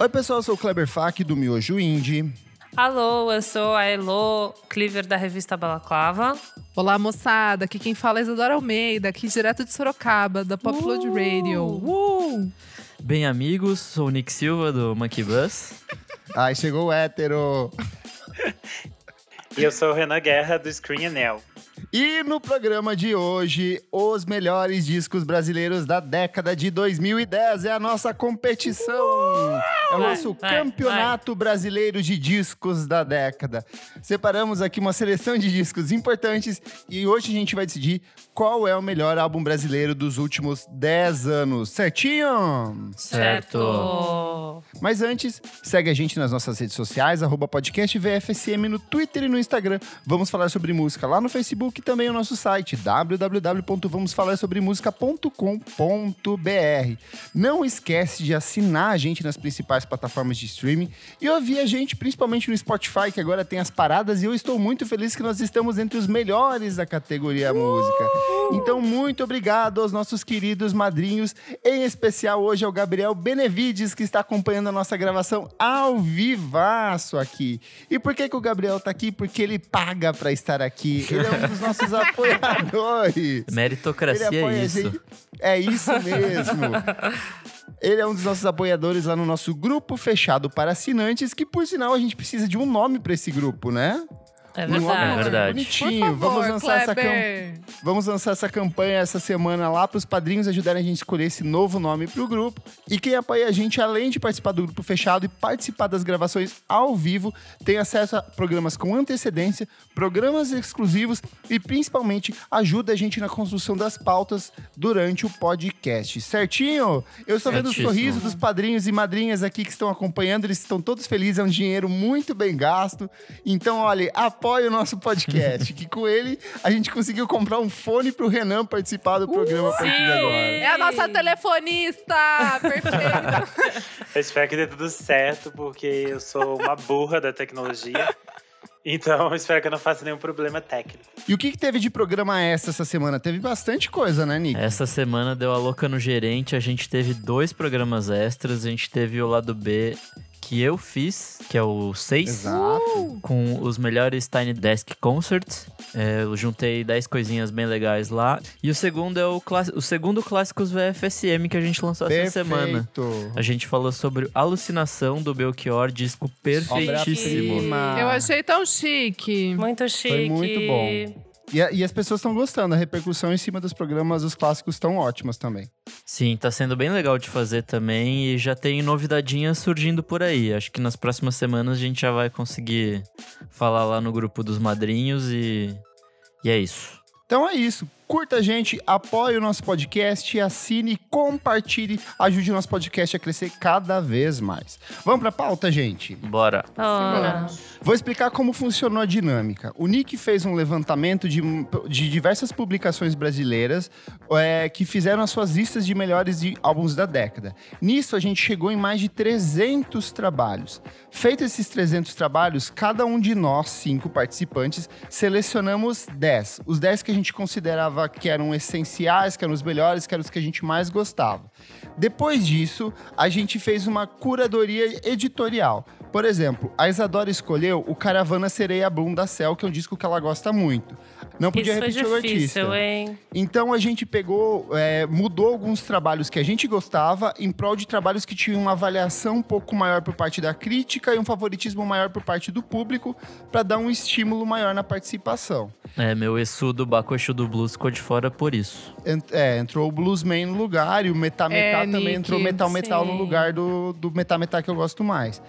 Oi, pessoal, eu sou o Kleber Fak do Miojo Indie. Alô, eu sou a Elo Cleaver da revista Balaclava. Olá, moçada. Aqui quem fala é Isadora Almeida, aqui direto de Sorocaba, da Popload Radio. Uh! Bem, amigos, sou o Nick Silva do Monkey Bus. Ai, chegou o hétero. E eu sou o Renan Guerra do Screen Enel. E no programa de hoje, os melhores discos brasileiros da década de 2010 é a nossa competição. É o Vai, nosso vai, campeonato brasileiro de discos da década. Separamos aqui uma seleção de discos importantes e hoje a gente vai decidir qual é o melhor álbum brasileiro dos últimos 10 anos. Certinho? Certo. Mas antes, segue a gente nas nossas redes sociais, arroba podcast VFSM no Twitter e no Instagram. Vamos falar sobre música lá no Facebook e também no nosso site, www.vamosfalarsobremusica.com.br. Não esquece de assinar a gente nas principais plataformas de streaming e ouvir a gente, principalmente no Spotify, que agora tem as paradas, e eu estou muito feliz que nós estamos entre os melhores da categoria música. Então, muito obrigado aos nossos queridos madrinhos, em especial hoje ao Gabriel Benevides, que está acompanhando a nossa gravação ao vivaço aqui. E por que, que o Gabriel está aqui? Porque ele paga para estar aqui. Ele é um dos nossos apoiadores. Ele Meritocracia apoia é a isso. gente. É isso mesmo. Ele é um dos nossos apoiadores lá no nosso grupo fechado para assinantes, que por sinal a gente precisa de um nome para esse grupo, né? É Um nome É verdade. verdade. Por Bonitinho. favor, Vamos lançar essa campanha. Kleber. Vamos lançar essa campanha essa semana lá para os padrinhos ajudarem a gente a escolher esse novo nome para o grupo. E quem apoia a gente, além de participar do grupo fechado e participar das gravações ao vivo, tem acesso a programas com antecedência, programas exclusivos e principalmente ajuda a gente na construção das pautas durante o podcast. Certinho? Eu estou vendo o Certíssimo. sorriso dos padrinhos e madrinhas aqui que estão acompanhando, eles estão todos felizes, é um dinheiro muito bem gasto. Então, olha, apoie o nosso podcast, que com ele a gente conseguiu comprar um fone pro Renan participar do programa a partir de agora. É a nossa telefonista! Perfeita! Eu espero que dê tudo certo, porque eu sou uma burra da tecnologia. Então, eu espero que eu não faça nenhum problema técnico. E o que, que teve de programa essa essa semana? Teve bastante coisa, né, Nick? Essa semana deu a louca no gerente, a gente teve dois programas extras, a gente teve o lado B que eu fiz, que é o 6, com os melhores Tiny Desk Concerts. É, eu juntei 10 coisinhas bem legais lá. E o segundo é o, clas- o segundo Clássicos VFSM que a gente lançou Perfeito. essa semana. A gente falou sobre Alucinação do Belchior, disco perfeitíssimo. Obra-prima. Eu achei tão chique. Muito chique. muito bom. E, a- e as pessoas estão gostando, a repercussão em cima dos programas, os clássicos estão ótimas também. Sim, tá sendo bem legal de fazer também e já tem novidadinhas surgindo por aí. Acho que nas próximas semanas a gente já vai conseguir falar lá no grupo dos madrinhos e. E é isso. Então é isso. Curta a gente, apoie o nosso podcast, assine, compartilhe, ajude o nosso podcast a crescer cada vez mais. Vamos pra pauta, gente? Bora. Ora. Vou explicar como funcionou a dinâmica. O Nick fez um levantamento de, de diversas publicações brasileiras é, que fizeram as suas listas de melhores de álbuns da década. Nisso, a gente chegou em mais de 300 trabalhos. Feitos esses 300 trabalhos, cada um de nós, cinco participantes, selecionamos 10. Os 10 que a gente considerava que eram essenciais, que eram os melhores, que eram os que a gente mais gostava. Depois disso, a gente fez uma curadoria editorial. Por exemplo, a Isadora escolheu o Caravana Sereia Bloom da Cell, que é um disco que ela gosta muito. Não podia Isso foi repetir o artista. difícil, hein? Então a gente pegou, é, mudou alguns trabalhos que a gente gostava em prol de trabalhos que tinham uma avaliação um pouco maior por parte da crítica e um favoritismo maior por parte do público para dar um estímulo maior na participação. É, meu Exu do Baco Exu do Blues ficou de fora por isso. Ent- é, entrou o Bluesman no lugar e o Metá Metá É, também Nick, entrou Metal Metal no sim. lugar do, do Metá Metá que eu gosto mais.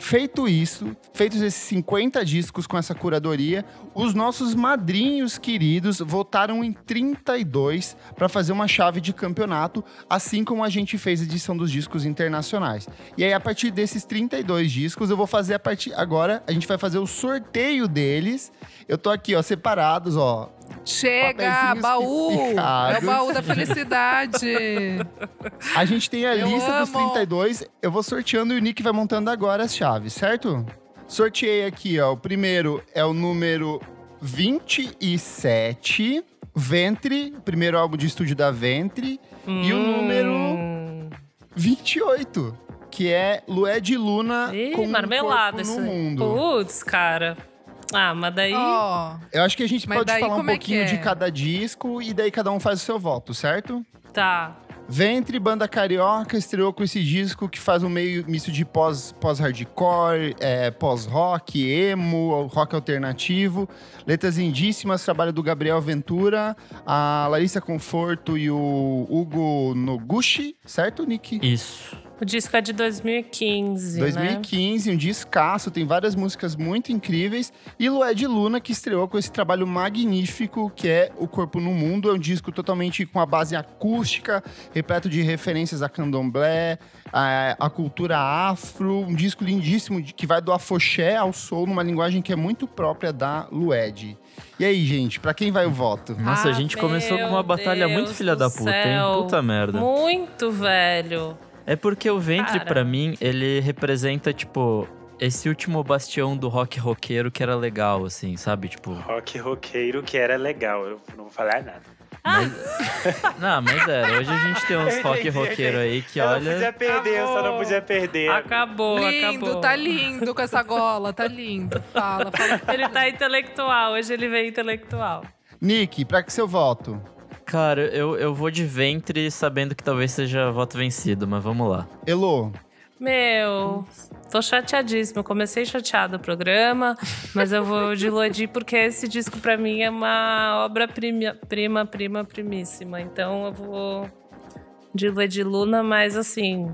Feito isso, feitos esses 50 discos com essa curadoria, os nossos madrinhos queridos votaram em 32 para fazer uma chave de campeonato, assim como a gente fez a edição dos discos internacionais. E aí, a partir desses 32 discos, eu vou fazer a partir. Agora, a gente vai fazer o sorteio deles. Eu tô aqui, ó, separados, ó. Chega, Papeizinhos baú! É picados. o baú da felicidade. A gente tem a Eu lista dos amo. 32. Eu vou sorteando e o Nick vai montando agora as chaves, certo? Sorteei aqui, ó. O primeiro é o número 27, Ventre, primeiro álbum de estúdio da Ventre, e o Hum. número Hum. 28, que é Lué de Luna Ih, com um marmelada corpo isso no daí. mundo. Putz, cara. Ah, mas daí. Ó, Eu acho que a gente Mas pode daí falar um como é que pouquinho é? de cada disco e daí cada um faz o seu voto, certo? Tá. Ventre, banda carioca, estreou com esse disco que faz um meio misto de pós- pós-hardcore, é, pós-rock, emo, rock alternativo. Letras lindíssimas, trabalho do Gabriel Ventura, a Larissa Conforto e o Hugo Noguchi, certo, Nick? Isso. O disco é de 2015. 2015, um discaço, tem várias músicas muito incríveis. E Lué de Luna, que estreou com esse trabalho magnífico que é O Corpo no Mundo. É um disco totalmente com a base acústica, repleto de referências a candomblé, a, a cultura afro. Um disco lindíssimo de- que vai do afoxé ao soul, numa linguagem que é muito própria da Lued. E aí, gente, pra quem vai o voto? Nossa, Ah, a gente começou com uma meu batalha muito Deus filha da do puta, céu. hein? Puta merda. Né? Muito velho. É porque o ventre, Cara. pra mim, ele representa, tipo, esse último bastião do rock roqueiro que era legal, assim, sabe? Tipo. Rock roqueiro que era legal, eu não vou falar nada. Não, mas era. Hoje a gente tem uns Eu rock entendi, roqueiro aí que, eu não olha. podia perder, eu só não Acabou. podia perder. Acabou, É. lindo, acabou. tá lindo com essa gola, tá lindo. Fala, fala. Ele tá intelectual, hoje ele veio intelectual. Nick, pra que seu voto? Cara, eu, eu vou de ventre sabendo que talvez seja voto vencido, mas vamos lá. Elô, Meu, tô chateadíssima. Eu comecei chateado o programa, mas eu vou de Lodi porque esse disco pra mim é uma obra-prima, prima, prima, primíssima. Então eu vou de Lodi Luna, mas assim,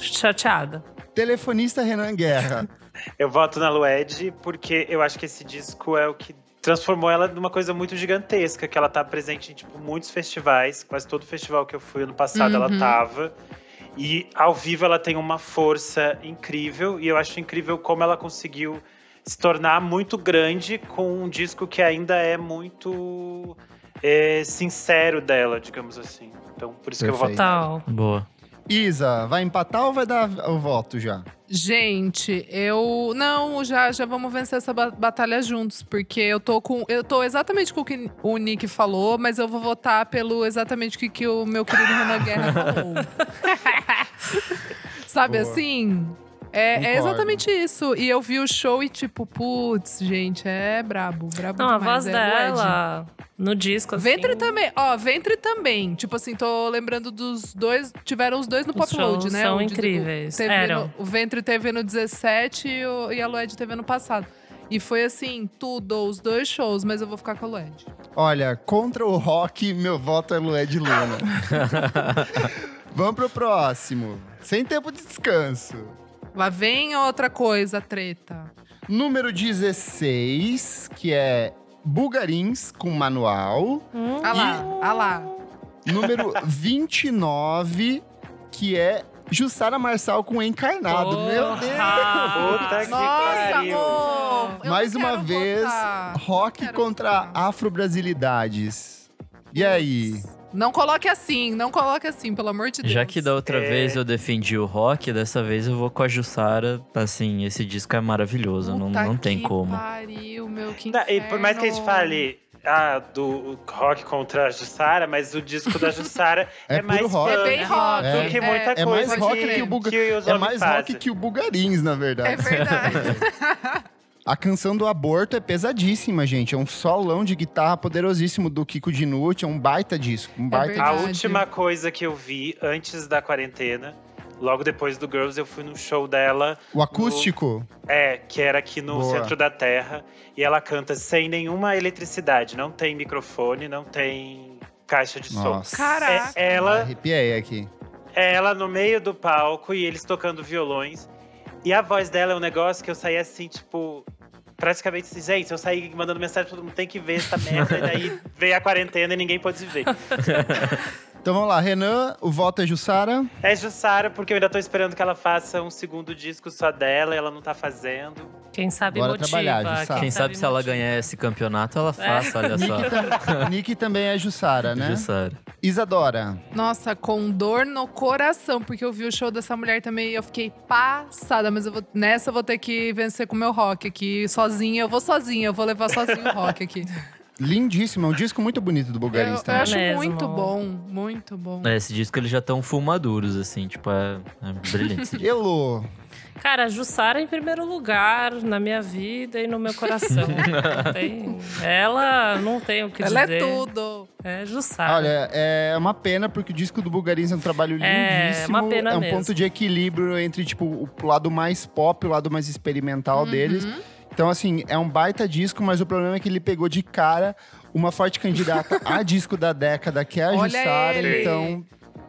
chateada. telefonista Renan Guerra. Eu voto na Lued porque eu acho que esse disco é o que transformou ela numa coisa muito gigantesca, que ela tá presente em tipo, muitos festivais, quase todo festival que eu fui ano passado ela Uhum. tava. E ao vivo ela tem uma força incrível e eu acho incrível como ela conseguiu se tornar muito grande com um disco que ainda é muito é, sincero dela, digamos assim. Então, por isso que eu voto. Perfeito. Tal. Boa. Isa, vai empatar ou vai dar o voto já? Gente, eu não, já já vamos vencer essa ba- batalha juntos, porque eu tô com eu tô exatamente com o que o Nick falou, mas eu vou votar pelo exatamente o que, que o meu querido Renan Guerra falou. Sabe Boa. assim? É- É, Concordo. exatamente isso. E eu vi o show e tipo, putz, gente, é brabo, brabo Não, a demais. voz é LED. dela no disco. Tá Assim, Ventre tá- também, ó, ventre também. Tipo assim, tô lembrando dos dois. Tiveram os dois no Os Pop Load, shows né? são O de- incríveis, o TV eram. no- o ventre teve no 17 e, o- e a Lued teve no passado. E foi assim, tudo, os dois shows, mas eu vou ficar com a Lued. Olha, contra o rock, meu voto é Lué de Luna. Vamos pro próximo. Sem tempo de descanso. Lá vem outra coisa, treta. Número 16, que é Bugarins com manual. Hum, Ah lá, ah lá. Número 29, que é Jussara Marçal com encarnado. Meu Deus! Puta que Nossa, pariu. ô, eu Mais não uma quero vez, votar. Rock quero contra votar. afro-brasilidades. E aí? Não coloque assim, não coloque assim, pelo amor de Deus. Já que da outra É. vez eu defendi o rock, dessa vez eu vou com a Jussara. Assim, esse disco é maravilhoso, não, Puta não tem que como. Pariu, meu, que Não, e por mais que a gente inferno. fale ah, do rock contra a Jussara, mas o disco da Jussara É é, puro mais rock. punk É bem rock. do que É, muita é mais coisa rock que, que o Buga- os É homens mais fazem. rock que o Bugarins, na verdade. É verdade. A canção do aborto é pesadíssima, gente. É um solão de guitarra poderosíssimo do Kiko Dinucci. É um baita disco. Um baita A verdade. última coisa que eu vi antes da quarentena, logo depois do Girls, eu fui num show dela, disco. O acústico. é, que era aqui no Boa. centro da terra, e ela canta sem nenhuma eletricidade, não tem microfone, não tem caixa de som. Nossa. Caraca. É ela Arrepiei aqui. É ela no meio do palco e eles tocando violões. E a voz dela é um negócio que eu saí assim, tipo. Praticamente assim, gente, eu saí mandando mensagem pra todo mundo, tem que ver essa merda. e daí veio a quarentena e ninguém pôde ver. Então vamos lá, Renan, o voto é Jussara. É Jussara, porque eu ainda tô esperando que ela faça um segundo disco só dela, e ela não tá fazendo. Quem sabe Bora motiva. trabalhar, Jussara. Quem sabe se ela motiva. É. ganhar esse campeonato, ela faça, olha só. Nick também é Jussara, né? Jussara. Isadora. Nossa, com dor no coração, porque eu vi o show dessa mulher também e eu fiquei passada. Mas eu vou- nessa eu vou ter que vencer com o meu rock aqui. Sozinha, eu vou sozinha, eu vou levar sozinho o rock aqui. Lindíssima, é um disco muito bonito do né? Eu, Bulgaris eu também. acho Mesmo. muito bom, muito bom. É, esse disco eles já estão full maduros, assim, tipo, é, é brilhante esse disco. Elo, Cara, Jussara em primeiro lugar na minha vida e no meu coração. Não tem- ela não tem o que Ela dizer. é tudo. É Jussara. olha, é uma pena porque o disco do Bulgarins é um trabalho É, lindíssimo. uma pena é um mesmo. ponto de equilíbrio entre, tipo, o lado mais pop e o lado mais experimental Uhum. deles. Então, assim, é um baita disco, mas o problema é que ele pegou de cara uma forte candidata a disco da década, que é a Olha Jussara. ele. Então,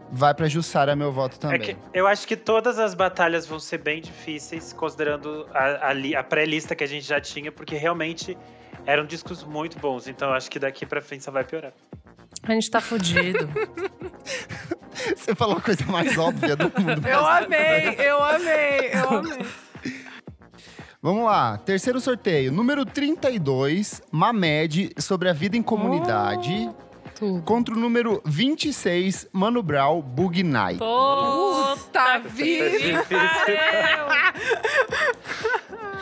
vai pra Jussara meu voto também. É que eu acho que todas as batalhas vão ser bem difíceis, considerando a, a li- a pré-lista que a gente já tinha, porque realmente eram discos muito bons. Então eu acho que daqui pra frente só vai piorar. A gente tá fudido. Você falou a coisa mais óbvia do mundo. Eu amei, eu amei, eu amei. Vamos lá, terceiro sorteio. Número 32, Mamed, sobre a vida em comunidade. Oh, Tudo. Contra o número 26, Mano Brown, Bug Night. Puta Puta vida. que pariu!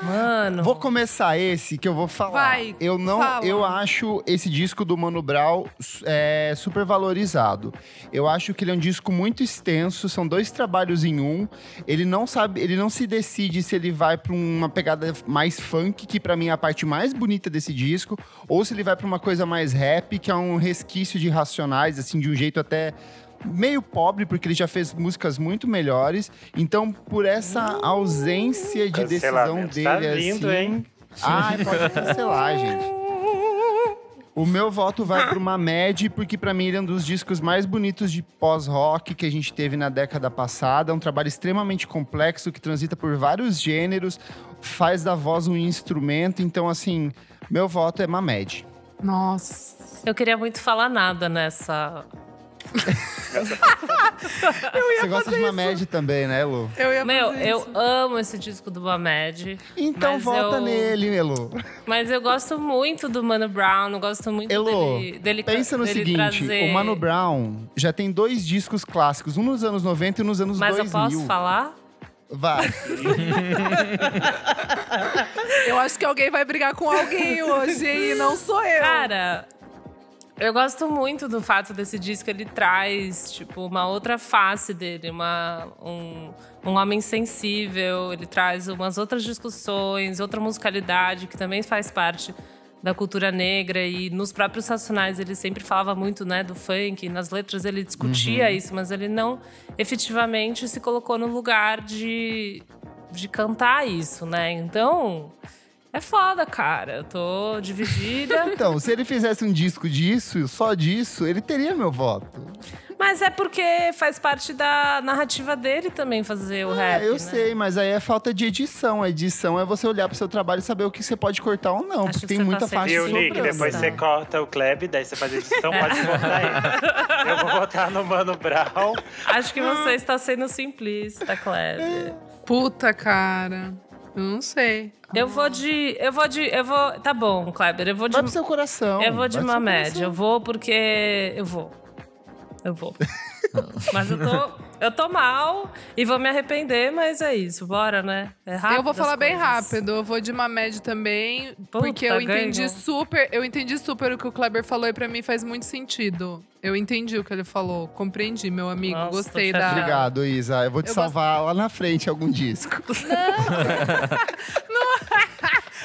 Mano, Vou começar esse que eu vou falar. Vai, eu não, fala. eu acho esse disco do Mano Brown su- é, super valorizado. Eu acho que ele é um disco muito extenso, são dois trabalhos em um. Ele não sabe, ele não se decide se ele vai pra uma pegada mais funk, que pra mim é a parte mais bonita desse disco, ou se ele vai pra uma coisa mais rap, que é um resquício de Racionais, assim, de um jeito até meio pobre, porque ele já fez músicas muito melhores. Então, por essa ausência de decisão Cancelamento dele, tá vindo, assim, hein? Ai, pode cancelar, gente. O meu voto vai para uma Mad, porque para mim ele é um dos discos mais bonitos de pós-rock que a gente teve na década passada. É um trabalho extremamente complexo que transita por vários gêneros, faz da voz um instrumento. Então, assim, meu voto é Mamed. Nossa. eu queria muito falar nada nessa. Você gosta de Mamed também, né, Lu? Eu ia Meu, fazer eu isso. amo esse disco do Bamed, Então Mas vota eu- nele, né, Lu. mas eu gosto muito do Mano Brown, eu gosto muito Elô, dele, dele. Pensa no dele seguinte, trazer- o Mano Brown já tem dois discos clássicos, um nos anos 90 e um nos anos Mas 2000. eu posso falar? Vai. Eu acho que alguém vai brigar com alguém hoje e não sou eu. Cara, eu gosto muito do fato desse disco. Ele traz, tipo, uma outra face dele. Uma, um, um homem sensível. Ele traz umas outras discussões, outra musicalidade que também faz parte da cultura negra e nos próprios racionais ele sempre falava muito, né, do funk, nas letras ele discutia isso, mas ele não efetivamente se colocou no lugar de, de cantar isso, né? Então, é foda, cara. Eu tô dividida. Então, se ele fizesse um disco disso, só disso, ele teria meu voto. Mas é porque faz parte da narrativa dele também fazer o rap. Ah, eu né? sei, mas aí é falta de edição. A edição é você olhar pro seu trabalho e saber o que você pode cortar ou não, porque Acho que tem você muita tá sendo faixa Viu, sobrando, Nick? Depois tá. você corta o Kleb, daí você faz a edição, pode cortar ele. Eu vou votar no Mano Brown. Acho que você Ah. está sendo simplista, Kleber. É. Puta, cara. Eu não sei. Eu vou de. Eu vou de. Eu vou. Tá bom, Kleber. Eu vou de. Vai pro seu coração. eu vou de vai pro uma seu média. Eu coração. vou porque. Eu vou. Eu vou. mas eu tô. Eu tô mal e vou me arrepender, mas é isso. Bora, né? É rápido. eu vou as falar bem coisas. rápido, eu vou de uma média também, porque eu ganhou. entendi super, eu entendi super o que o Kleber falou e pra mim faz muito sentido. Eu entendi o que ele falou, compreendi, meu amigo, Nossa, gostei tô da Obrigado, Isa. Eu vou te Eu gosto- salvar lá na frente algum disco.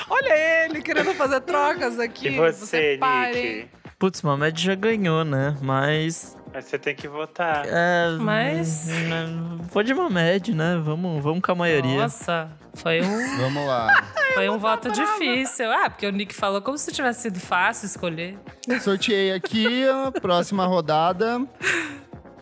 Olha ele querendo fazer trocas aqui. E você, para, hein? Nick? Putz, Mamed já ganhou, né? Mas. Mas você tem que votar. É, Mas- né, Vou de Mamed, né? Vamos, vamos com a maioria. Nossa, foi um. Vamos lá. Foi um voto difícil. Ah, porque o Nick falou como se tivesse sido fácil escolher. Sorteei aqui, a próxima rodada.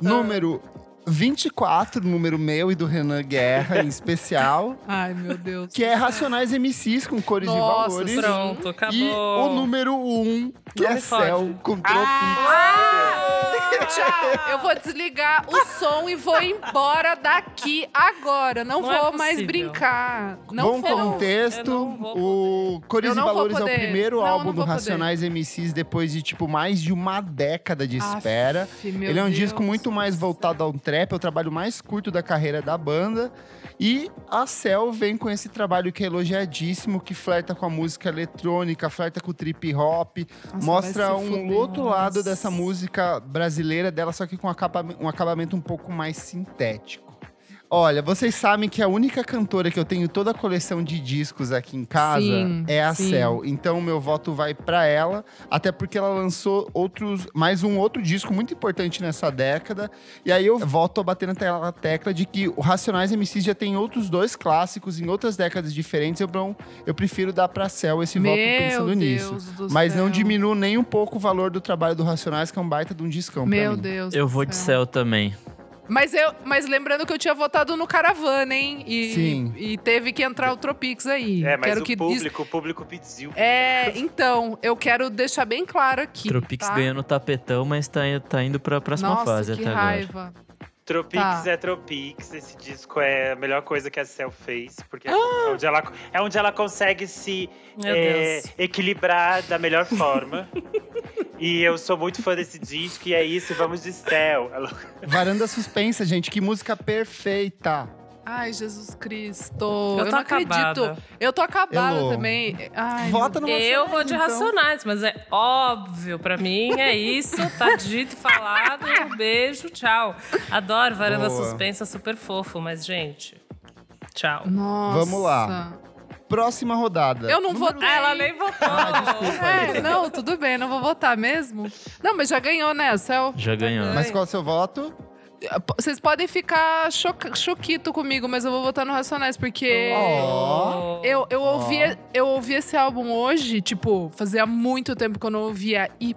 Número 24, número meu e do Renan Guerra, em especial. Ai, meu Deus. Que é Racionais MCs com cores e Nossa, valores. Pronto, acabou. E o número 1, um, que Tá Não é me fode. Céu com Tropic. Ah, Tchau. Eu vou desligar o som e vou embora daqui agora. Não, Não é vou mais possível. brincar. Não Bom vou. eu contexto, não vou o Cores Eu e não vou Valores é o poder. primeiro Não, eu álbum não do vou poder. Racionais MCs depois de, tipo, mais de uma década de Aff, espera. meu Ele é um Deus. disco muito mais voltado ao trap, é o trabalho mais curto da carreira da banda. E a Cell vem com esse trabalho que é elogiadíssimo, que flerta com a música eletrônica, flerta com o trip hop, Nossa, mostra vai se um fuder. outro lado Nossa. dessa música brasileira dela, só que com acaba- um acabamento um pouco mais sintético. Olha, vocês sabem que a única cantora que eu tenho toda a coleção de discos aqui em casa Sim, é a sim. Cell. Então meu voto vai pra ela, até porque ela lançou outros, mais um outro disco muito importante nessa década. E aí eu volto a bater na tela- na tecla de que o Racionais MCs já tem outros dois clássicos em outras décadas diferentes. Eu, não- eu prefiro dar pra Cell esse Meu voto pensando Deus nisso. do Mas não céu. diminuo nem um pouco o valor do trabalho do Racionais, que é um baita de um discão pra Meu mim. Deus. Eu do vou de céu também. Mas, eu, mas lembrando que eu tinha votado no Caravana, hein? E, Sim. E teve que entrar o Tropix aí. É, mas quero o que público, o público pediu. É, então, eu quero deixar bem claro aqui. Tropix tá? ganhou no tapetão, mas tá, tá indo pra próxima Nossa, fase que até agora. raiva. Tropix Tá. é Tropix. Esse disco é a melhor coisa que a Cell fez, porque Ah! é, onde ela, é onde ela consegue se Meu é, Deus. equilibrar da melhor forma. e eu sou muito fã desse disco, e é isso, vamos de Cell. Ela- Varanda Suspensa, gente, que música perfeita. Ai, Jesus Cristo. Eu Eu, tô não acredito. acabada. Eu tô acabada Elô. também. Ai, Vota no Eu Racionais, vou de então. Racionais, mas é óbvio, pra mim é isso, tá dito e falado, um beijo, tchau. Adoro Varanda Boa. Suspensa, super fofo, mas gente, tchau. Nossa. Vamos lá. Próxima rodada. Eu não Ah, votei. ela nem votou. Ah, desculpa. É, não, tudo bem, não vou votar mesmo. Não, mas já ganhou, né, Céu? Já ganhou. Mas qual é o seu voto? Vocês podem ficar choca- choquito comigo, mas eu vou votar no Racionais, porque. Ó. Eu, eu, ouvi, eu ouvi esse álbum hoje, tipo, fazia muito tempo que eu não ouvia. E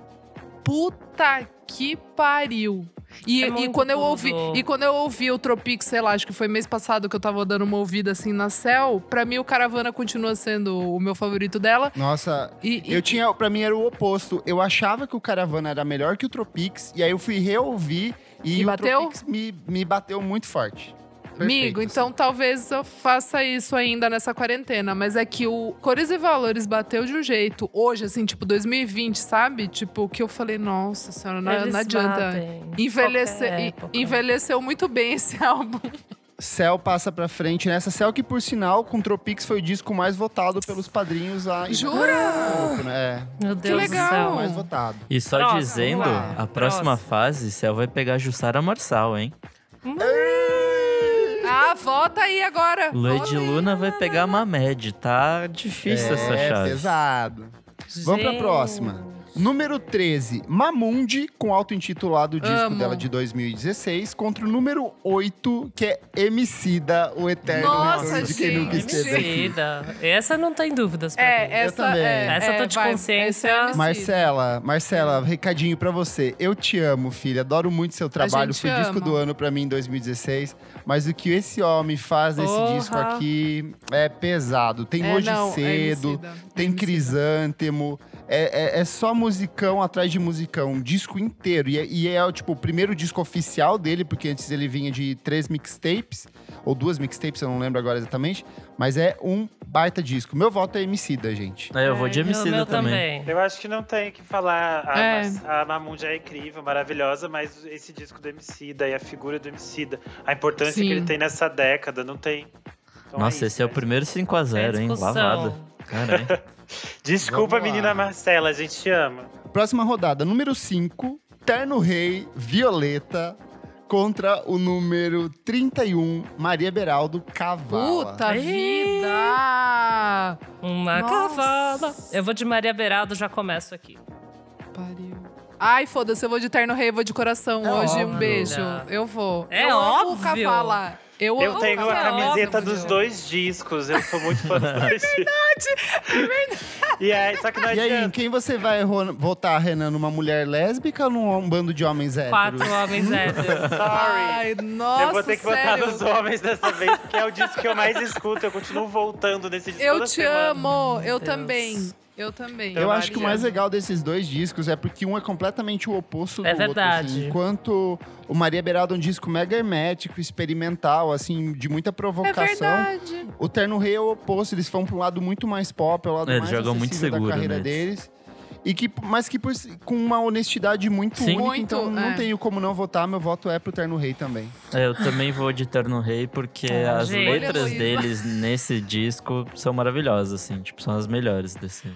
puta que pariu. E, É e muito quando eu ouvi, tudo. e quando eu ouvi o Tropic, sei lá, acho que foi mês passado que eu tava dando uma ouvida assim na Cell, pra mim o Caravana continua sendo o meu favorito dela. Nossa, E, e- eu tinha, pra mim era o oposto. Eu achava que o Caravana era melhor que o Tropix, e aí eu fui reouvir e E o bateu? Tropix me, me bateu muito forte. Perfeito, assim. Amigo, então talvez eu faça isso ainda nessa quarentena, mas é que o Cores e Valores bateu de um jeito hoje, assim, tipo 2020, sabe? Tipo, que eu falei, nossa senhora, não, não adianta. Envelhece- en- né? envelheceu muito bem esse álbum. Cell passa pra frente nessa. Cell que, por sinal, com Tropix foi o disco mais votado pelos padrinhos. A... Jura? É, Meu Deus legal. do céu. mais votado. E só Próximo, dizendo, vamos lá. a próxima Próximo. fase, Céu vai pegar Jussara Marçal, hein? Ah, volta aí agora. Lady Luna vai pegar Mamed, tá difícil essa é, chave. pesado. Vamos pra Gente. próxima. Número 13, Mamundi, com auto-intitulado disco Amo. dela de 2016, contra o número 8, que é Emicida, o eterno Nossa, retorno de quem nunca gente. esteve aqui. Emicida. Essa não tem dúvidas pra mim. É, Eu essa também. é, Essa eu tô é, de vai, consciência. essa é Marcelo. Marcela, É. Marcela, recadinho pra você. Eu te amo, filha. Adoro muito seu trabalho. gente Foi disco ama. do ano pra mim em 2016. Mas o que esse homem faz nesse Porra. disco aqui é pesado. Tem É, hoje cedo. Tem crisântemo. É, é- é só musicão atrás de musicão, um disco inteiro. E é, e é, tipo, o primeiro disco oficial dele, porque antes ele vinha de três mixtapes, ou duas mixtapes, eu não lembro agora exatamente. Mas é um baita disco. Meu voto é Emicida, gente. Aí eu vou de Meu- Emicida É, meu também. Eu acho que não tem o que falar. A, É. Mas- a Mamundi é incrível, maravilhosa, mas esse disco do Emicida e a figura do Emicida, a importância Sim. que ele tem nessa década, não tem. Então Nossa, isso, esse é o né? primeiro Sem 5x0, hein? É discussão. Lavada. Caralho. Desculpa, Vamos lá. menina Marcela, a gente te ama. Próxima rodada, número 5, Terno Rei, Violeta, contra o número 31, Maria Beraldo, Cavalo. Puta Ih. vida! Uma Nossa. cavala. Eu vou de Maria Beirado, já começo aqui. Pariu. Ai, foda-se, eu vou de terno rei, eu vou de coração É hoje. Um óbvio. beijo. Eu vou. É eu amo o óbvio. cavala. Eu, Eu amo o tenho a Cavala. óbvio. camiseta É dos dois discos, eu sou muito fã dos dois discos. E aí, só que não E aí, em adianta. quem você vai ro- votar, Renan? Numa mulher lésbica ou num bando de homens héteros? Quatro homens héteros. Sorry. Ai, nossa, eu vou ter que votar sério. nos homens dessa vez, porque é o disco que eu mais escuto. Eu continuo voltando nesse disco. Eu toda te semana. amo, eu Deus. também. Eu também. Eu acho que o mais Mariana. legal desses dois discos é porque um é completamente o oposto É do outro. verdade. assim. enquanto o Maria Beirada é um disco mega hermético, experimental, assim, de muita É provocação. verdade. o Terno Rei é o oposto, eles foram para um lado muito mais pop, é o lado É, eles mais jogam muito acessível seguro né? da carreira nesse. deles. E que, mas que por si- com uma honestidade muito Sim. única, Muito, então é. não tenho como não votar, meu voto é pro Terno Rei também. É, eu também vou de Terno Rei, porque Ah, as gente. Olha, letras Luísa. deles nesse disco são maravilhosas, assim. Tipo, são as melhores desse.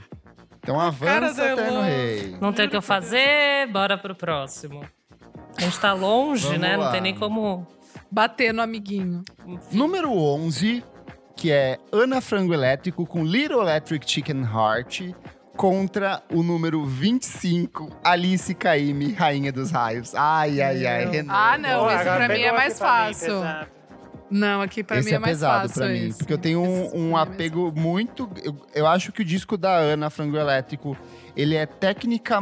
Então Ah, cara avança, dela. Terno Rei. Não tem o que eu fazer, bora pro próximo. A gente tá longe, Vamos né? lá. Não tem nem como. Bater no amiguinho. Número 11, que é Ana Frango Elétrico com Little Electric Chicken Heart contra o número 25, Alice Caymmi, Rainha dos Raios. Ai, ai, ai, Renan. Ah, não, Pô, esse agora pra mim pegou é mais aqui pra mim, fácil. pesado. Não, aqui pra Esse mim é, é mais pesado fácil pra mim, esse. porque eu tenho Esse um, um pra mim é mais apego muito. Eu, eu acho que o disco da Ana Frango Elétrico ele é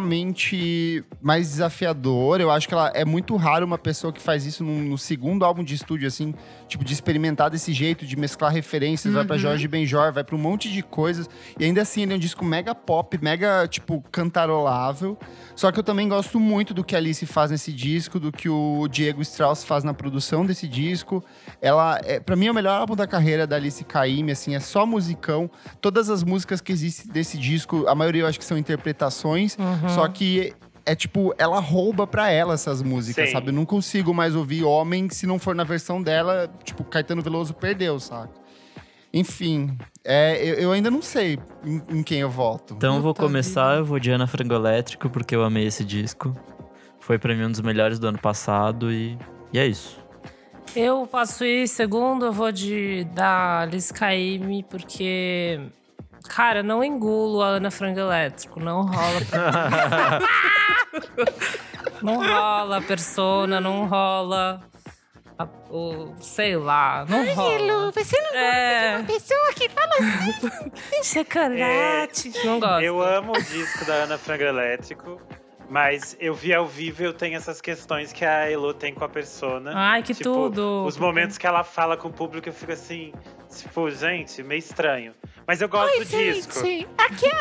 tecnicamente mais desafiador. Eu acho que ela é muito raro uma pessoa que faz isso no, segundo álbum de estúdio, assim, tipo, de experimentar desse jeito, de mesclar referências, vai Uhum. pra Jorge Benjor, vai pra um monte de coisas. E ainda assim, ele é um disco mega pop, mega, tipo, cantarolável. Só que eu também gosto muito do que a Alice faz nesse disco, do que o Diego Strauss faz na produção desse disco. Ela, é, para mim, é o melhor álbum da carreira da Alice Caymmi, assim, é só musicão. Todas as músicas que existem desse disco, a maioria eu acho que são interpretações, só que é tipo, ela rouba pra ela essas músicas, Sim. sabe? Eu não consigo mais ouvir Homem se não for na versão dela, tipo, Caetano Veloso perdeu, saca? Enfim, é, eu, eu ainda não sei em, em quem eu voto. Então eu vou Puta começar, eu vou de Ana Frangolétrico, porque eu amei esse disco. Foi pra mim um dos melhores do ano passado e, e é isso. Eu posso ir segundo, eu vou de da Alice Caymmi, porque. Cara, eu não engulo a Ana Frango Elétrico, não rola. não rola a persona, não rola. a- o, sei lá, não rola. você não é, pessoa que fala assim? chocolate. Não gosto. É, Eu amo o disco da Ana Frango Elétrico, mas eu vi ao vivo e eu tenho essas questões que a Elo tem com a persona. Ai, que Tipo, tudo. Os momentos que ela fala com o público, eu fico assim, tipo, gente, meio estranho. Mas eu gosto do disco. Gente, aqui é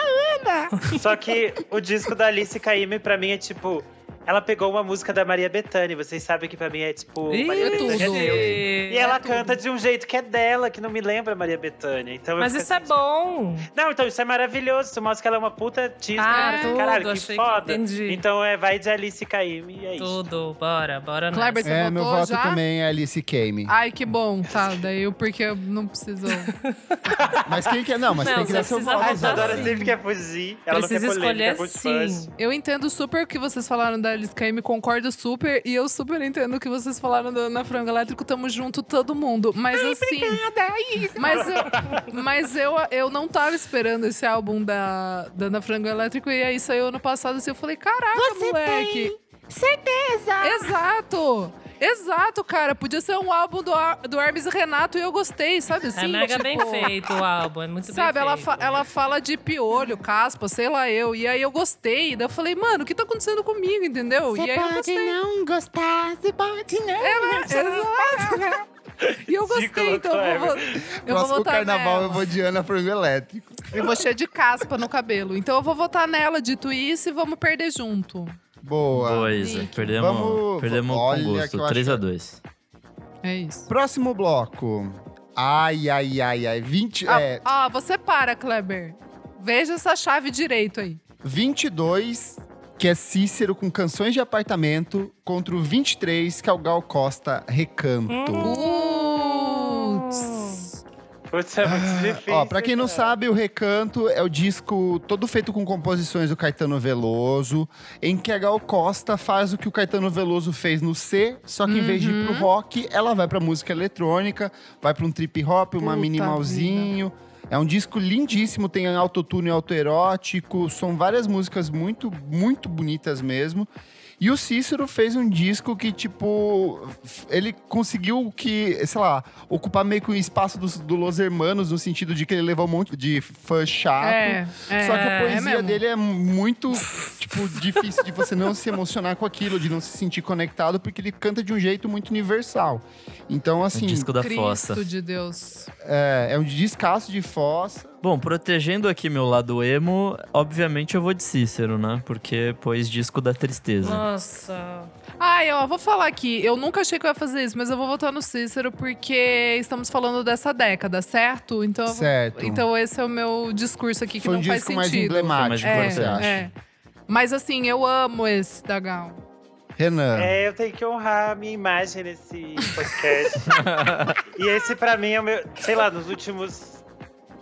a Ana. Só que o disco da Alice Caymmi, pra mim, é tipo. Ela pegou uma música da Maria Bethânia, vocês sabem que pra mim é tipo. Ih, Maria Bethânia tudo. é Deus. E gente. ela canta de um jeito que é dela, que não me lembra Maria Bethânia. Então eu Mas fico isso é bom. não, então isso é maravilhoso. Isso mostra que ela é uma puta artista. Ah, né? tudo, Caralho, que achei que foda. entendi. então é, vai de Alice Caymmi e é isso. Tudo, bora, bora. nessa. Kleber, você É, meu votou voto já? também é Alice Kame. Ai, que bom, tá. Daí eu, porque eu não preciso. Mas quem quer? Não, mas Não, tem que você dar seu precisa voto. Ai, votar a Dora sim. sempre quer fugir. Ela assim, Precisa não quer polêmica, escolher é muito sim. fácil. Eu entendo super o que vocês falaram da Alice KM, concordo super. E eu super entendo o que vocês falaram da Ana Frango Elétrico. Tamo junto, todo mundo. Mas assim. Nada, isso. Mas, eu, mas eu, eu não tava esperando esse álbum da, da Ana Frango Elétrico. E aí saiu ano passado assim, eu falei, caraca, Você moleque. tem certeza. Exato! Exato, cara. Podia ser um álbum do, Ar- do Hermes e Renato e eu gostei, sabe? Assim, É mega tipo, bem feito o álbum, é muito Sabe, bem ela, feito. fa- ela fala de piolho, caspa, sei lá eu. E aí eu gostei. Daí eu falei, mano, o que tá acontecendo comigo, entendeu? Você e aí eu pode gostei. É, né? não gostar, você pode não. Exato. E eu gostei, Ridículo, então eu vou, vo- eu vou Próximo votar carnaval nela. eu vou de Ana Frango Elétrico. Eu vou cheia de caspa no cabelo. Então eu vou votar nela, dito isso, e vamos perder junto. Boa. Boa, Isa. Perdemos, Vamos- perdemos olha com que eu gosto. acho 3x2. É isso. Próximo bloco. Ai, ai, ai, ai. 20, Ah, é, ah, você para, Kleber. Veja essa chave direito aí. 22, que é Cícero com canções de apartamento, contra o 23, que é o Gal Costa Recanto. Hum. Uh! Putz. Putz, é muito difícil. Ah, Ó, pra quem não cara. sabe, o Recanto é o disco todo feito com composições do Caetano Veloso, em que a Gal Costa faz o que o Caetano Veloso fez no C, só que em vez de ir pro rock, ela vai pra música eletrônica, vai pra um trip hop, uma Puta minimalzinho. É um disco lindíssimo, tem autotune autoerótico, são várias músicas muito, muito bonitas mesmo. E o Cícero fez um disco que, tipo, f- ele conseguiu que, sei lá, ocupar meio que o espaço dos, do Los Hermanos, no sentido de que ele levou um monte de fã chato. É, é, Só que a é poesia mesmo. dele é muito, tipo, difícil de você não se emocionar com aquilo, de não se sentir conectado, porque ele canta de um jeito muito universal. Então, o assim, Um disco da é fossa. Cristo de Deus. é, é um descasso de fossa. Bom, protegendo aqui meu lado emo, obviamente eu vou de Cícero, né? Porque pôs disco da tristeza. Nossa. Ai, ó, vou falar aqui. Eu nunca achei que eu ia fazer isso, mas eu vou votar no Cícero porque estamos falando dessa década, certo? Então, eu vou- Certo. então esse é o meu discurso aqui que Foi um não faz disco sentido. mais emblemático, Foi é, mais você acha? é. Mas assim, eu amo esse da Gal. Renan. É, eu tenho que honrar a minha imagem nesse podcast. e esse, pra mim, é o meu. Sei lá, nos últimos.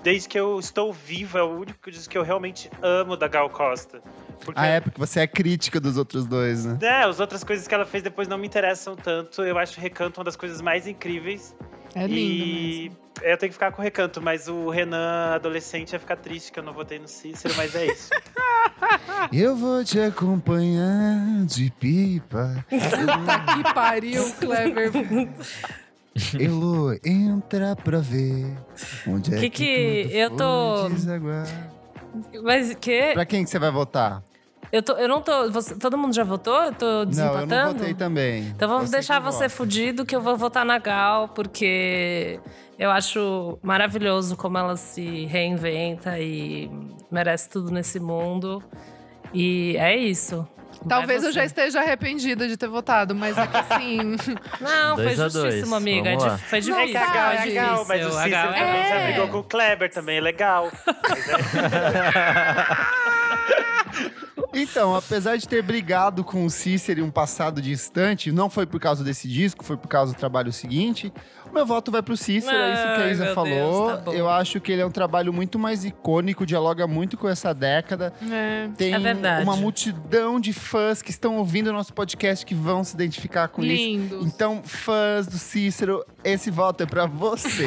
Desde que eu estou viva, é o único disco que eu realmente amo da Gal Costa. Porque A época que você é crítica dos outros dois, né? né, as outras coisas que ela fez depois não me interessam tanto. Eu acho o Recanto uma das coisas mais incríveis. É lindo mesmo. e eu tenho que ficar com o Recanto, mas o Renan, adolescente, ia ficar triste que eu não votei no Cícero, mas é isso. Eu vou te acompanhar de pipa. Que pariu, Clever. Elo, entra pra ver onde é Que que, que tudo eu foi tô- desaguar. Mas que? Pra quem que você vai votar? Eu, tô, eu não tô. você- todo mundo já votou? Eu tô Não, eu desempatando? não votei também. Então Eu vamos sei deixar quem você vota. fudido que eu vou votar na Gal, porque eu acho maravilhoso como ela se reinventa e merece tudo nesse mundo. E é isso. Vai Talvez eu você. assim. já esteja arrependida de ter votado, mas é que assim. Não, foi Dois a dois, justíssimo, amiga. vamos É lá. dif- Foi Não, difícil. É que a sabe, Gal foi é legal, mas o difícil. A Cícero Gal é- também se é. amigou com o Kleber, também é legal. Mas é Então, apesar de ter brigado com o Cícero em um passado distante, não foi por causa desse disco, foi por causa do trabalho seguinte. O meu voto vai pro Cícero, é isso que a Ai, Isa meu falou. Deus, tá bom. Eu acho que ele é um trabalho muito mais icônico, dialoga muito com essa década. é. Tem É verdade. uma multidão de fãs que estão ouvindo o nosso podcast que vão se identificar com isso. Lindo. Então, fãs do Cícero, esse voto é pra você.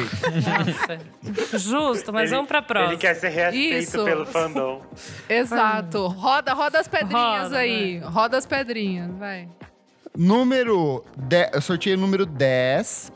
Nossa. Justo, mas Ele- vamos pra próxima. Ele quer ser reaceito Isso. pelo fandom. Exato. Roda, Ah. roda as pedrinhas Roda, aí. Roda as pedrinhas, vai. número 10, eu sorteei o número 10,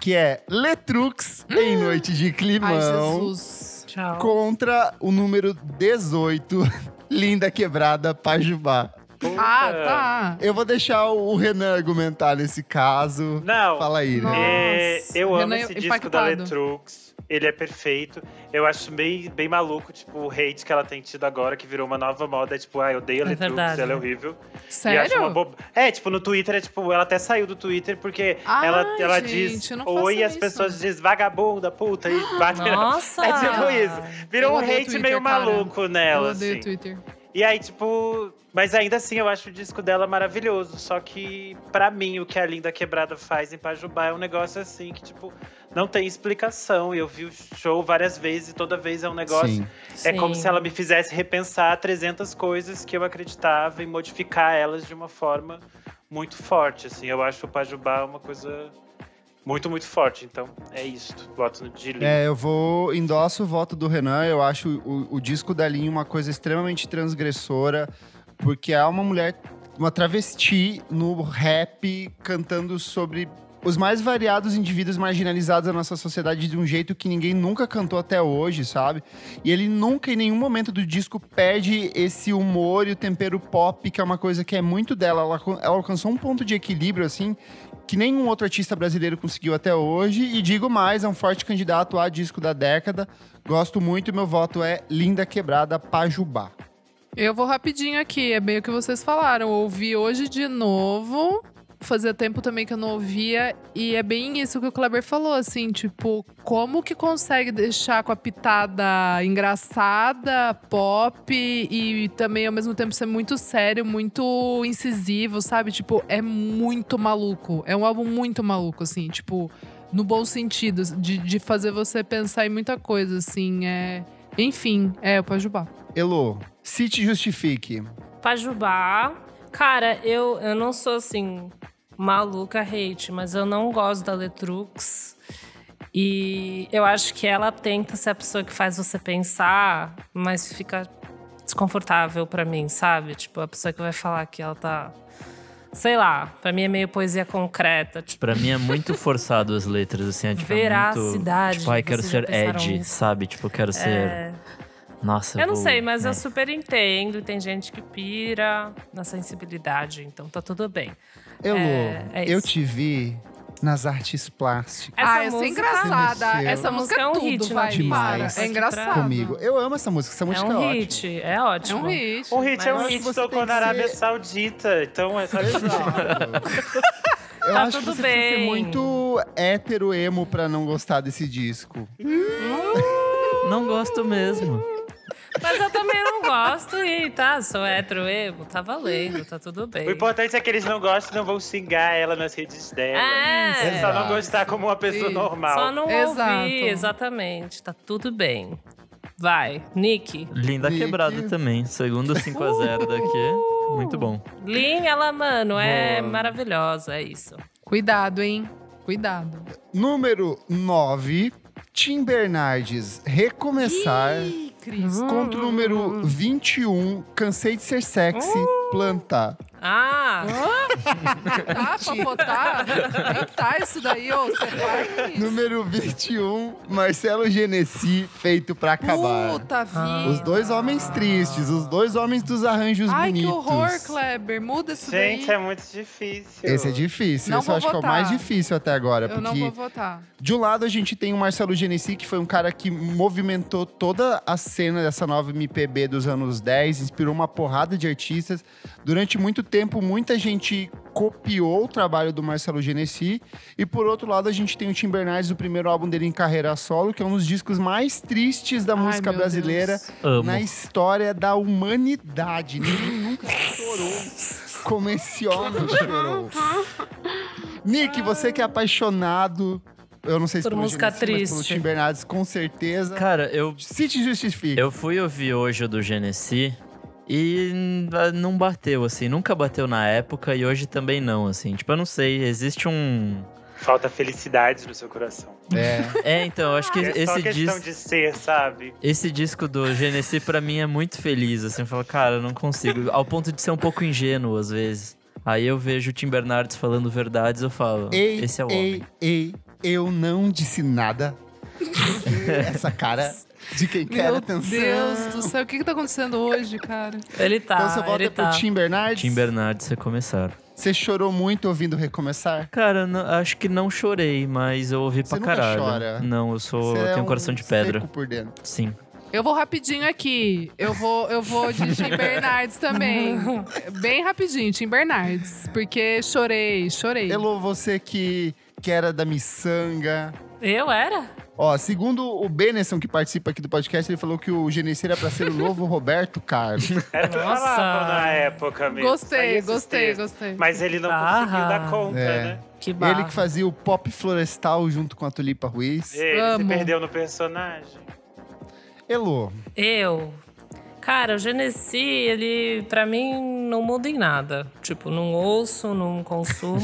que é Letrux em Noite de Ai, Climão, Jesus. Tchau. contra o número 18, Linda Quebrada Pajubá. Ah, tá. Eu vou deixar o Renan argumentar nesse caso. Não. Fala aí, né? é, Nossa. eu amo Renan esse disco impactado. da Letrux. Ele é perfeito. Eu acho bem, bem maluco, tipo, o hate que ela tem tido agora, que virou uma nova moda. É tipo, ah, eu odeio a É Letrux, verdade, ela é né? horrível. E acho uma Sério? boba. É, tipo, no Twitter, é tipo, ela até saiu do Twitter, porque Ai, ela, ela gente, diz eu não faço oi e as isso. pessoas dizem vagabunda, puta, e bate. Nossa! É tipo isso. Virou Eu um odeio hate Twitter, meio cara. maluco Eu nela. odeio assim. Twitter. E aí, tipo. Mas ainda assim, eu acho o disco dela maravilhoso. Só que, pra mim, o que a Linda Quebrada faz em Pajubá é um negócio assim que, tipo, não tem explicação. E eu vi o show várias vezes e toda vez é um negócio. Sim. É como se ela me fizesse repensar 300 coisas que eu acreditava e modificar elas de uma forma muito forte. Assim, eu acho o Pajubá uma coisa muito, muito forte. Então, é isto. Voto de Linda. É, eu vou endosso o voto do Renan. Eu acho o, o disco da Lin uma coisa extremamente transgressora, porque há uma mulher, uma travesti no rap cantando sobre os mais variados indivíduos marginalizados da nossa sociedade de um jeito que ninguém nunca cantou até hoje, sabe? E ele nunca, em nenhum momento do disco, perde esse humor e o tempero pop, que é uma coisa que é muito dela. Ela, alcan- ela alcançou um ponto de equilíbrio, assim, que nenhum outro artista brasileiro conseguiu até hoje. E digo mais, é um forte candidato a disco da década. Gosto muito e meu voto é Linda Quebrada Pajubá. Eu vou rapidinho aqui, é bem o que vocês falaram. Eu ouvi hoje de novo. Fazia tempo também que eu não ouvia. E é bem isso que o Kleber falou, assim, tipo, como que consegue deixar com a pitada engraçada, pop e também ao mesmo tempo ser muito sério, muito incisivo, sabe? Tipo, é muito maluco. É um álbum muito maluco, assim, tipo, no bom sentido, de, de fazer você pensar em muita coisa, assim. É... Enfim, é o Pajubá. Elo, se te justifique. Pajubá. Cara, eu, eu não sou assim, maluca hate, mas eu não gosto da Letrux. E eu acho que ela tenta ser a pessoa que faz você pensar, mas fica desconfortável pra mim, sabe? Tipo, a pessoa que vai falar que ela tá. Sei lá, pra mim é meio poesia concreta. Tipo, Pra mim é muito forçado as letras, assim. É, tipo, é muito, Veracidade, tipo, ai, quero vocês já ser pensaram Ed, nisso? sabe? Tipo, eu quero ser. é, Nossa, eu não vou- sei, mas né? eu super entendo. Tem gente que pira na sensibilidade, então tá tudo bem. Elô, É, é eu isso. te vi nas artes plásticas. Essa ah, essa é música- engraçada. Você mexeu. Essa música é um tudo, hit na vai, vida. para. Demais. É engraçado. Comigo. Eu amo essa música, essa Ah. É música é, um ótima. hit, é É ótimo. um hit. O hit é Mas eu um acho que hit, você tem tocou que na Arábia ser- Saudita, então é só isso. Eu Tá acho tudo que você precisa ser bem. muito hétero emo pra não gostar desse disco. Não gosto mesmo. Mas eu também não gosto e tá, sou hétero, emo, tá valendo, tá tudo bem. O importante é que eles não gostam e não vão xingar ela nas redes dela. É. Eles só não gostar como uma pessoa Sim. normal. Só não Exato. ouvir, exatamente, tá tudo bem. Vai, Nick. Linda Nick. quebrada também. Segundo 5x0 daqui. Muito bom. Lin, ela, mano, é Boa. maravilhosa, é isso. Cuidado, hein? Cuidado. Número 9, Tim Bernardes, Recomeçar. Ih, Cris. Contra o Hum. número 21, Cansei de Ser Sexy, Uh. Plantar. Ah, Tá, papotar? Nem tá isso daí, ô. Você vai. Número 21, Marcelo Genesi, Feito Pra Acabar. Ah. Puta vida. Os dois homens tristes, os dois homens dos arranjos Ai, bonitos. que horror, Kleber. Muda isso Gente, é daí. muito difícil. Esse é difícil, Não esse eu vou acho que é o votar. mais difícil até agora. Eu não É porque vou votar. De um lado, a gente tem o Marcelo Genesi, que foi um cara que movimentou toda a cena dessa nova MPB dos anos 10, inspirou uma porrada de artistas. Durante muito tempo, muita gente copiou o trabalho do Marcelo Genesi. E por outro lado, a gente tem o Tim Bernardes, o primeiro álbum dele em carreira solo, que é um dos discos mais tristes da Ai, música meu brasileira Deus. Amo. na história da humanidade. Ninguém nunca chorou como esse homem chorou. Nick, você que é apaixonado, eu não sei se Por pelo música Genesi, mas pelo triste. Tim Bernardes, com certeza. Cara, eu, Se te justifica. eu fui ouvir hoje o do Genesi e ah, não bateu, assim. Nunca bateu na época e hoje também não, assim. Tipo, eu não sei, existe um. Falta felicidade no seu coração. É. É, então, eu acho que é só esse questão disco. de ser, sabe? Esse disco do Genesi pra mim é muito feliz, assim, eu falo, cara, eu não consigo, ao ponto de ser um pouco ingênuo às vezes. Aí eu vejo o Tim Bernardes falando verdades, eu falo, Ei, esse é o ei, homem. ei, eu não disse nada. Essa cara de quem quer Meu atenção. Deus do céu, o que que tá acontecendo hoje, cara? ele tá, Então você ele volta pro tá. Tim Bernardes. Tim Bernardes recomeçar. Você chorou muito ouvindo recomeçar? Cara, não- acho que não chorei, mas eu ouvi Você pra nunca caralho. chora. Não, eu sou, Você eu é tenho um coração de pedra. seco por dentro. Sim. Eu vou rapidinho aqui. Eu vou, eu vou de Tim Bernardes também. Bem rapidinho, Tim Bernardes. Porque chorei, chorei. Elô, você que, que era da miçanga. Eu era? Ó, segundo o Benison, que participa aqui do podcast, ele falou que o Genesi era pra ser o novo Roberto Carlos. Era o que Nossa. falavam na época mesmo. Saía Gostei, esses gostei, textos. gostei. Mas ele não Ah. conseguiu dar conta, É. né? Que barra. ele que fazia o pop florestal junto com a Tulipa Ruiz. Ele se Amo. perdeu no personagem. Elô, Eu. Cara, o Genesi, ele, pra mim, não muda em nada. Tipo, não ouço, não consumo.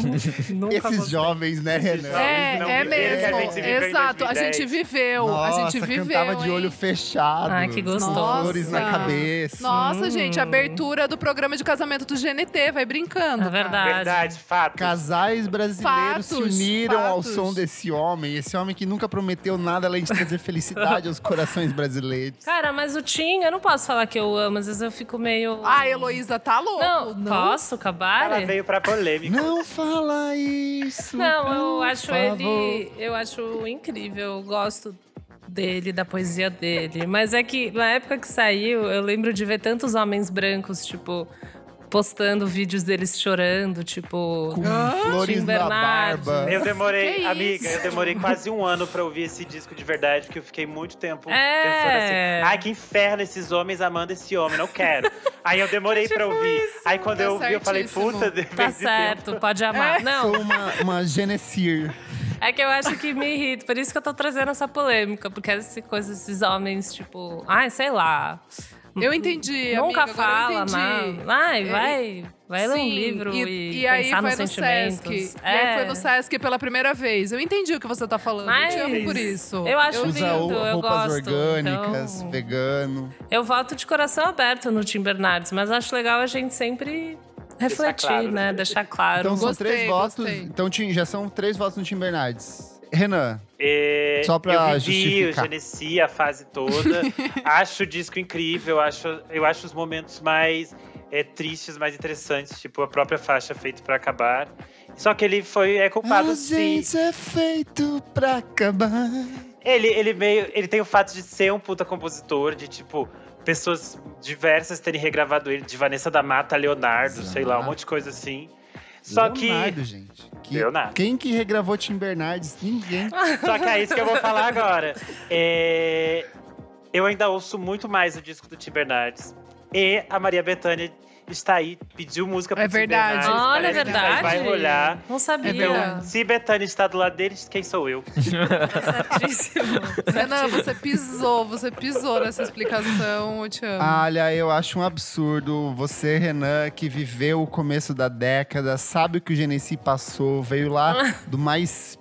nunca esses gostei. jovens, né, Renan? É, Não é viveram o que a mesmo. gente viveu em Exato, a 2010. gente viveu. a gente Nossa, viveu. cantava de hein? olho fechado. Ai, que gostoso. Com flores na Nossa. cabeça. Nossa, gente, a Hum. abertura do programa de casamento do GNT, vai brincando. É verdade. Verdade, fato. Casais brasileiros se Fatos, uniram ao fatos. som desse homem. Esse homem que nunca prometeu nada além de trazer felicidade aos corações brasileiros. Cara, mas o Tim, eu não posso falar que eu amo, às vezes eu fico meio. Cara. Ah, Heloísa, tá louco. Não, posso acabar? Ela veio pra polêmica. Não fala isso. Não, eu por acho favor. ele. Eu acho incrível. Eu gosto dele, da poesia dele. Mas é que na época que saiu, eu lembro de ver tantos homens brancos, tipo, postando vídeos deles chorando, tipo. Com Ah, flores Tim na Bernardes. barba. Eu demorei, Que amiga, eu isso? demorei quase um ano pra ouvir esse disco de verdade, porque eu fiquei muito tempo É. pensando assim. Ai, que inferno esses homens amando esse homem, não quero. Aí eu demorei pra ouvir. Aí quando Tipo Tá eu ouvi, eu falei, certíssimo. puta, Tá perdi tempo. certo, pode É. amar. Não, Sou uma, uma Genesir. é que eu acho que me irrita. Por isso que eu tô trazendo essa polêmica. Porque essa coisa, esses homens, tipo, ai, sei lá. Eu entendi, Nunca amiga, agora eu fala, entendi. não. Vai, É, vai. Vai ler um Sim, livro e, e aí pensar foi nos no sentimentos. Sesc. E É. aí foi no Sesc pela primeira vez. Eu entendi o que você tá falando. Mas eu te amo por isso. eu acho Usa lindo, o- eu roupas gosto, orgânicas, então- vegano. Eu voto de coração aberto no Tim Bernardes, mas acho legal a gente sempre refletir, claro, né? né? Deixar claro. Então são Gostei, três votos. gostei. Então Tim, já são três votos no Tim Bernardes. Renan, É, Só pra eu vivi, eu justificar. geneci a fase toda. acho o disco incrível, acho, eu acho os momentos mais é, tristes, mais interessantes, tipo a própria faixa feito pra acabar. Só que ele foi é culpado a sim. gente é feito pra acabar. Ele, ele meio. Ele tem o fato de ser um puta compositor, de tipo, pessoas diversas terem regravado ele, de Vanessa da Mata, Leonardo, sei lá, um monte de coisa assim. Só Leonardo, gente. Que- Leonardo. Quem que regravou Tim Bernardes? Ninguém. que. Só que é isso que eu vou falar agora. É, eu ainda ouço muito mais o disco do Tim Bernardes. E a Maria Bethânia está aí, pediu música pro É verdade. Tim Bernardes, Olha, é parece que tá aí, verdade. Vai olhar. Não sabia. Então, É se Bethânia está do lado dele, quem sou eu? Certíssimo. Renan, você pisou, você pisou nessa explicação. Eu te amo. Olha, eu acho um absurdo. Você, Renan, que viveu o começo da década, sabe o que o Genesi passou, veio lá do MySpace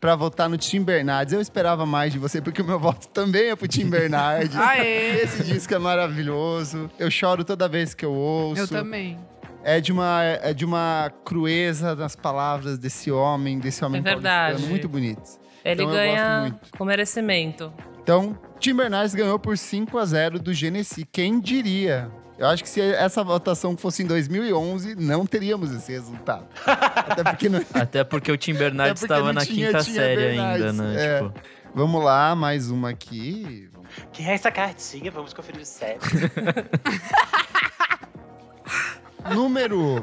pra votar no Tim Bernardes. Eu esperava mais de você, porque o meu voto também é pro Tim Bernardes. Aê! Esse disco é maravilhoso. Eu choro toda vez que eu ouço. Eu também. É de uma, é de uma crueza nas palavras desse homem, desse homem É verdade. paulistano. Muito bonito. Ele Então eu gosto ganha muito. com merecimento. Então, Tim Bernardes ganhou por 5 a 0 do Genesi. Quem diria? Eu acho que se essa votação fosse em 2011, não teríamos esse resultado. Até porque não... Até porque o Tim Bernardes É porque estava não na tinha quinta Tim série Bernardes, ainda, né? é. Tipo, Vamos lá, mais uma aqui. Quem é essa cartinha? Vamos conferir o set. Número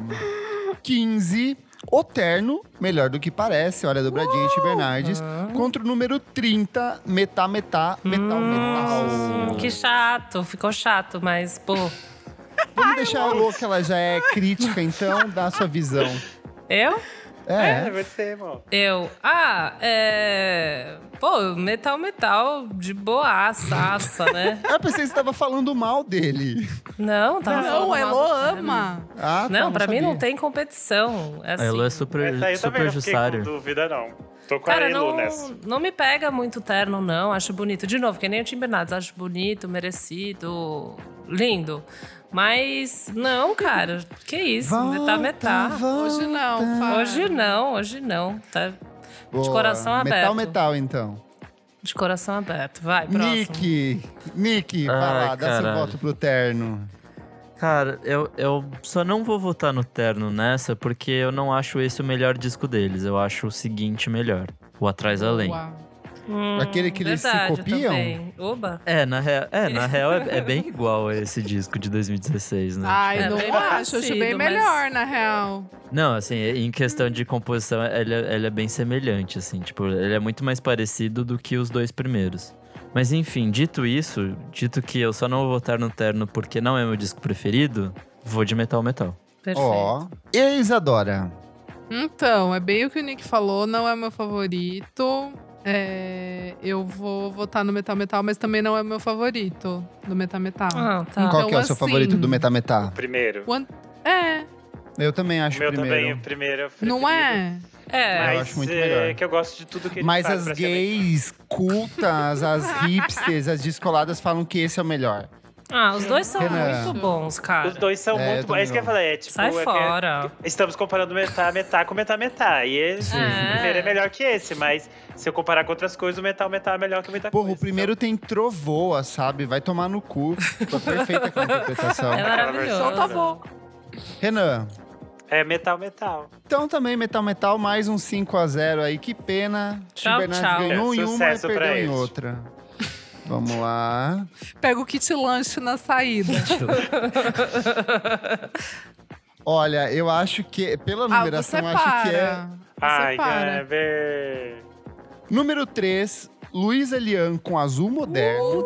15, O Terno, Melhor do que Parece, Olha a dobradinha de Tim Bernardes. Contra o número 30, Metá, Metá, Metal, Metal. Que chato, ficou chato, mas, pô, Vamos deixar a Lô, que ela já é crítica, então, dá a sua visão. eu? É, você, amor. Eu. Ah, é. Pô, metal, metal, de boaçaça, né? Eu pensei que você tava falando mal dele. Não, tava falando Não, mal Elo do Tim. ama. Ah, tá, Não, pra mim não sabia. tem competição. É a Assim, Elo é super, Essa aí eu também super não fiquei com jussário. dúvida, não. Tô com a Cara, é Elo não, nessa. não me pega muito terno, não. Acho bonito. De novo, que nem o Tim Bernardes. Acho bonito, merecido, lindo. Mas não, cara. Que isso, metá, metá. Hoje não, Fá. Hoje não, hoje não. Tá de Boa. coração aberto. Metal, metal, então. De coração aberto. Vai, próximo. Nick, Nick, vai Ai, lá, dá seu caralho. voto pro Terno. Cara, eu, eu só não vou votar no Terno nessa, porque eu não acho esse o melhor disco deles. Eu acho o seguinte melhor. O Atrás Além. Uau. Hum, Aquele que eles se verdade, copiam? também. Oba. É, na real, é, na real é, é bem igual a esse disco de 2016, né? Ai, É não bem acho. Acho bem parecido, mas- melhor, na real. Não, assim, em questão de composição, ele, é- ele é bem semelhante, assim. Tipo, ele é muito mais parecido do que os dois primeiros. Mas enfim, dito isso, dito que eu só não vou votar no Terno porque não é meu disco preferido, vou de Metal Metal. Perfeito. Ó. E a Isadora? Então, é bem o que o Nick falou, não é meu favorito. É, eu vou votar no Metal Metal, mas também não é meu favorito do Metal Metal. Ah, tá. Qual Então, que é o seu assim- favorito do Metá, Metá? Primeiro. O an- É, Eu também acho O meu também, primeiro. o primeiro. é o não preferido. é? É. Mas Eu acho muito é, melhor. que eu gosto de tudo que ele Mas faz, as praticamente. gays cultas, as hipsters, as descoladas falam que esse é o melhor. Ah, os dois são Renan. muito bons, cara. Os dois são É, eu muito bons. também É isso que eu não. falei. É, tipo, Sai é que- fora. estamos comparando metá, metá com metá, metá. E esse É. primeiro é melhor que esse, mas se eu comparar com outras coisas, o metal, metal é melhor que muita Porra, o coisa. primeiro tem trovoa, sabe? Vai tomar no cu. Tô perfeita com a interpretação. É maravilhoso. Então tá bom. Renan, Então, É metal, metal. Então também, Metal Metal, mais um 5x0 aí. Que pena. Tchau, o Bernardes tchau. ganhou É, em uma e sucesso pra perdeu em eles. outra. Vamos lá. Pega o kit lanche na saída. Olha, eu acho que, pela ah, você numeração, acho para. que é. Você Ai, para. é ver. Número 3, Luiz Elian com azul moderno.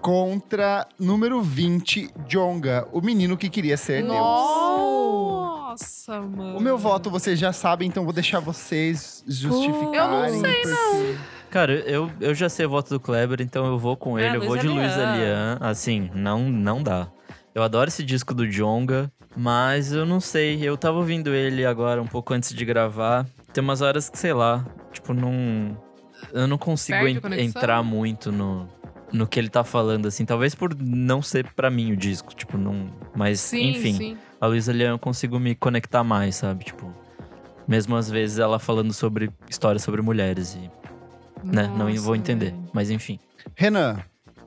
Contra número 20, Jonga, o menino que queria ser Deus. Nossa, mano. O meu voto vocês já sabem, então vou deixar vocês justificarem. Eu não sei, não. Cara, eu, eu já sei o voto do Kleber, então eu vou Ah, com É, ele. eu Luiz vou de Luiz Alian. Alian. Assim, não, não dá. Eu adoro esse disco do Jonga, mas eu não sei. Eu tava ouvindo ele agora um pouco antes de gravar. Tem umas horas que, sei lá, tipo, não. Eu não consigo Perde a en- conexão? entrar muito no, no que ele tá falando, assim. Talvez por não ser pra mim o disco, tipo, não. Mas, Sim, enfim. sim. A Luísa Leão eu consigo me conectar mais, sabe? Tipo, mesmo às vezes ela falando sobre histórias sobre mulheres e, né, não Nossa, vou entender, velho. mas enfim. Renan,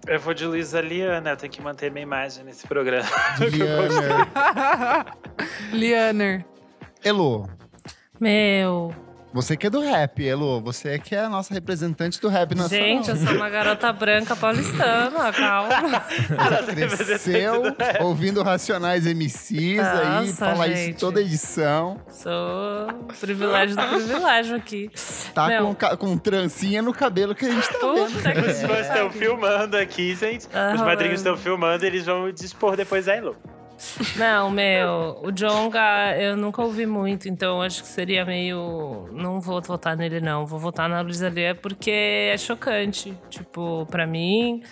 Eu vou de Luísa Liana, eu tenho que manter minha imagem nesse programa. Diana, Lianer. Elo. Meu. Você que é do rap, Elo. Você que é a nossa representante do rap nacional. Gente, eu sou uma garota branca paulistana, calma. Você cresceu ouvindo Racionais MCs aí, Nossa, fala gente. isso toda edição. Sou privilégio do privilégio aqui. Tá Não. com, ca- com trancinha no cabelo que a gente tá vendo. Puta Os que fãs estão filmando aqui, gente. Tá Os madrinhos rolando. estão filmando, eles vão dispor depois é aí, Lu. Não, meu, o Jonga eu nunca ouvi muito, então acho que seria meio. Não vou votar nele, não. Vou votar na Luísa Lê porque é chocante. Tipo, pra mim,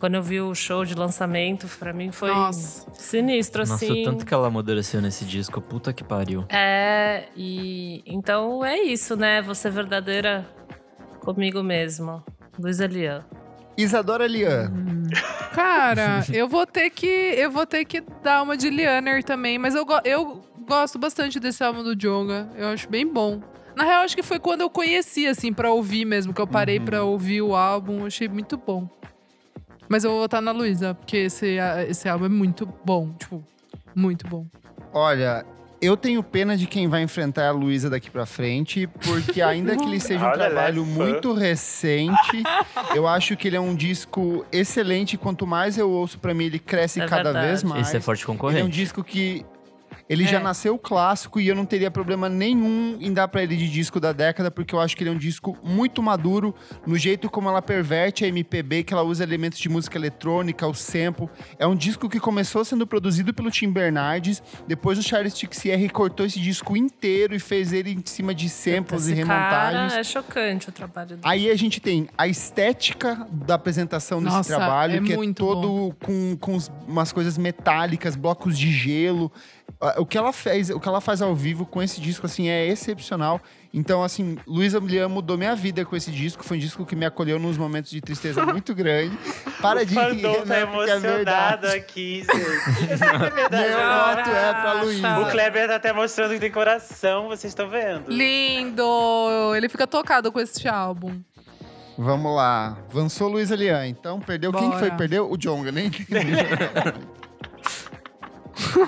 quando eu vi o show de lançamento, pra mim foi Nossa. sinistro, Nossa, assim. o tanto que ela amadureceu nesse disco, puta que pariu. É, e então é isso, né? Você verdadeira comigo mesma. Luísa Lian. Isadora Lian. Cara, eu vou ter que eu vou ter que dar uma de Lianer também, mas eu, go- eu gosto bastante desse álbum do Jonga. Eu acho bem bom. Na real, acho que foi quando eu conheci assim pra ouvir mesmo, que eu parei pra ouvir o álbum, eu achei muito bom. Mas eu vou votar na Luísa, porque esse a- esse álbum é muito bom, tipo, muito bom. Olha, eu tenho pena de quem vai enfrentar a Luísa daqui pra frente, porque ainda que ele seja um Olha, ela é trabalho fã. muito recente, eu acho que ele é um disco excelente. Quanto mais eu ouço pra mim, ele cresce É cada vez verdade. mais. Esse é forte Ele é um concorrente. disco que. Ele já É. nasceu clássico e eu não teria problema nenhum em dar pra ele de disco da década, porque eu acho que ele é um disco muito maduro no jeito como ela perverte a MPB, que ela usa elementos de música eletrônica, o sample. É um disco que começou sendo produzido pelo Tim Bernardes, depois o Charles Tixier cortou esse disco inteiro e fez ele em cima de samples e Esse remontagens. cara é chocante o trabalho dele. Aí a gente tem a estética da apresentação desse Nossa, trabalho, é que é muito todo com, com os- umas coisas metálicas, blocos de gelo. Ah, O que ela fez, o que ela faz ao vivo com esse disco assim é excepcional. Então assim, Luísa Milian mudou minha vida com esse disco, foi um disco que me acolheu nos momentos de tristeza muito grande. Para de rir, Fandom tá né, porque é emocionado verdade. aqui, gente. Eu sei que é verdade. Meu voto é pra Luísa. O Kleber tá até mostrando que tem coração, vocês estão vendo. Lindo! Ele fica tocado com este álbum. Vamos lá. Avançou Luísa Lian, então perdeu quem que Bora. foi que perdeu? O Jonga, nem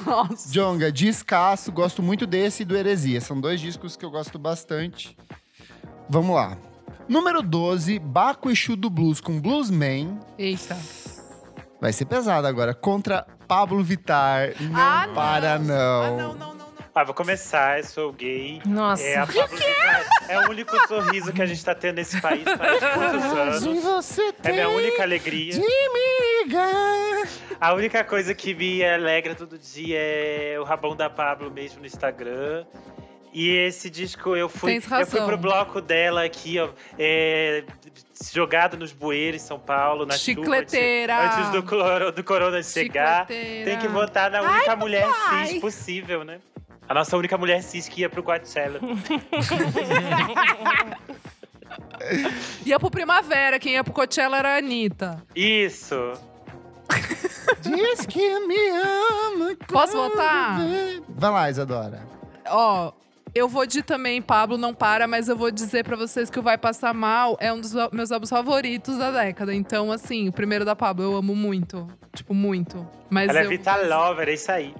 Nossa. Jonga, descasso, gosto muito desse e do Heresia. São dois discos que eu gosto bastante. Vamos lá. Número 12, Baco Exu do Blues com Bluesman. Eita. Vai ser pesado agora. Contra Pablo Vittar. Não Ah, não. para, não. Ah, não, não, não, não. Ah, vou começar, eu sou gay. Nossa. É, a Pablo Vittar é o único sorriso que a gente tá tendo nesse país faz muitos anos. você É minha única alegria. A única coisa que me alegra todo dia é o rabão da Pablo mesmo no Instagram. E esse disco eu fui, Tens eu fui razão. pro bloco dela aqui, ó, é, jogado nos bueiros em São Paulo, na chuva, Chicleteira. antes- antes do, cloro, do corona chegar. Chicleteira. Tem que votar na única mulher papai. cis possível, né? A nossa única mulher cis que ia pro Coachella. Ia é pro Primavera, quem ia pro Coachella era a Anitta. Isso. Diz que me ama. Posso votar? Vai lá, Isadora. Ó, eu vou de também, Pablo não para, mas eu vou dizer pra vocês que o Vai Passar Mal é um dos meus álbuns favoritos da década. Então, assim, o primeiro da Pablo eu amo muito. Tipo, muito. Mas Ela é eu, Vita Lover, é isso aí.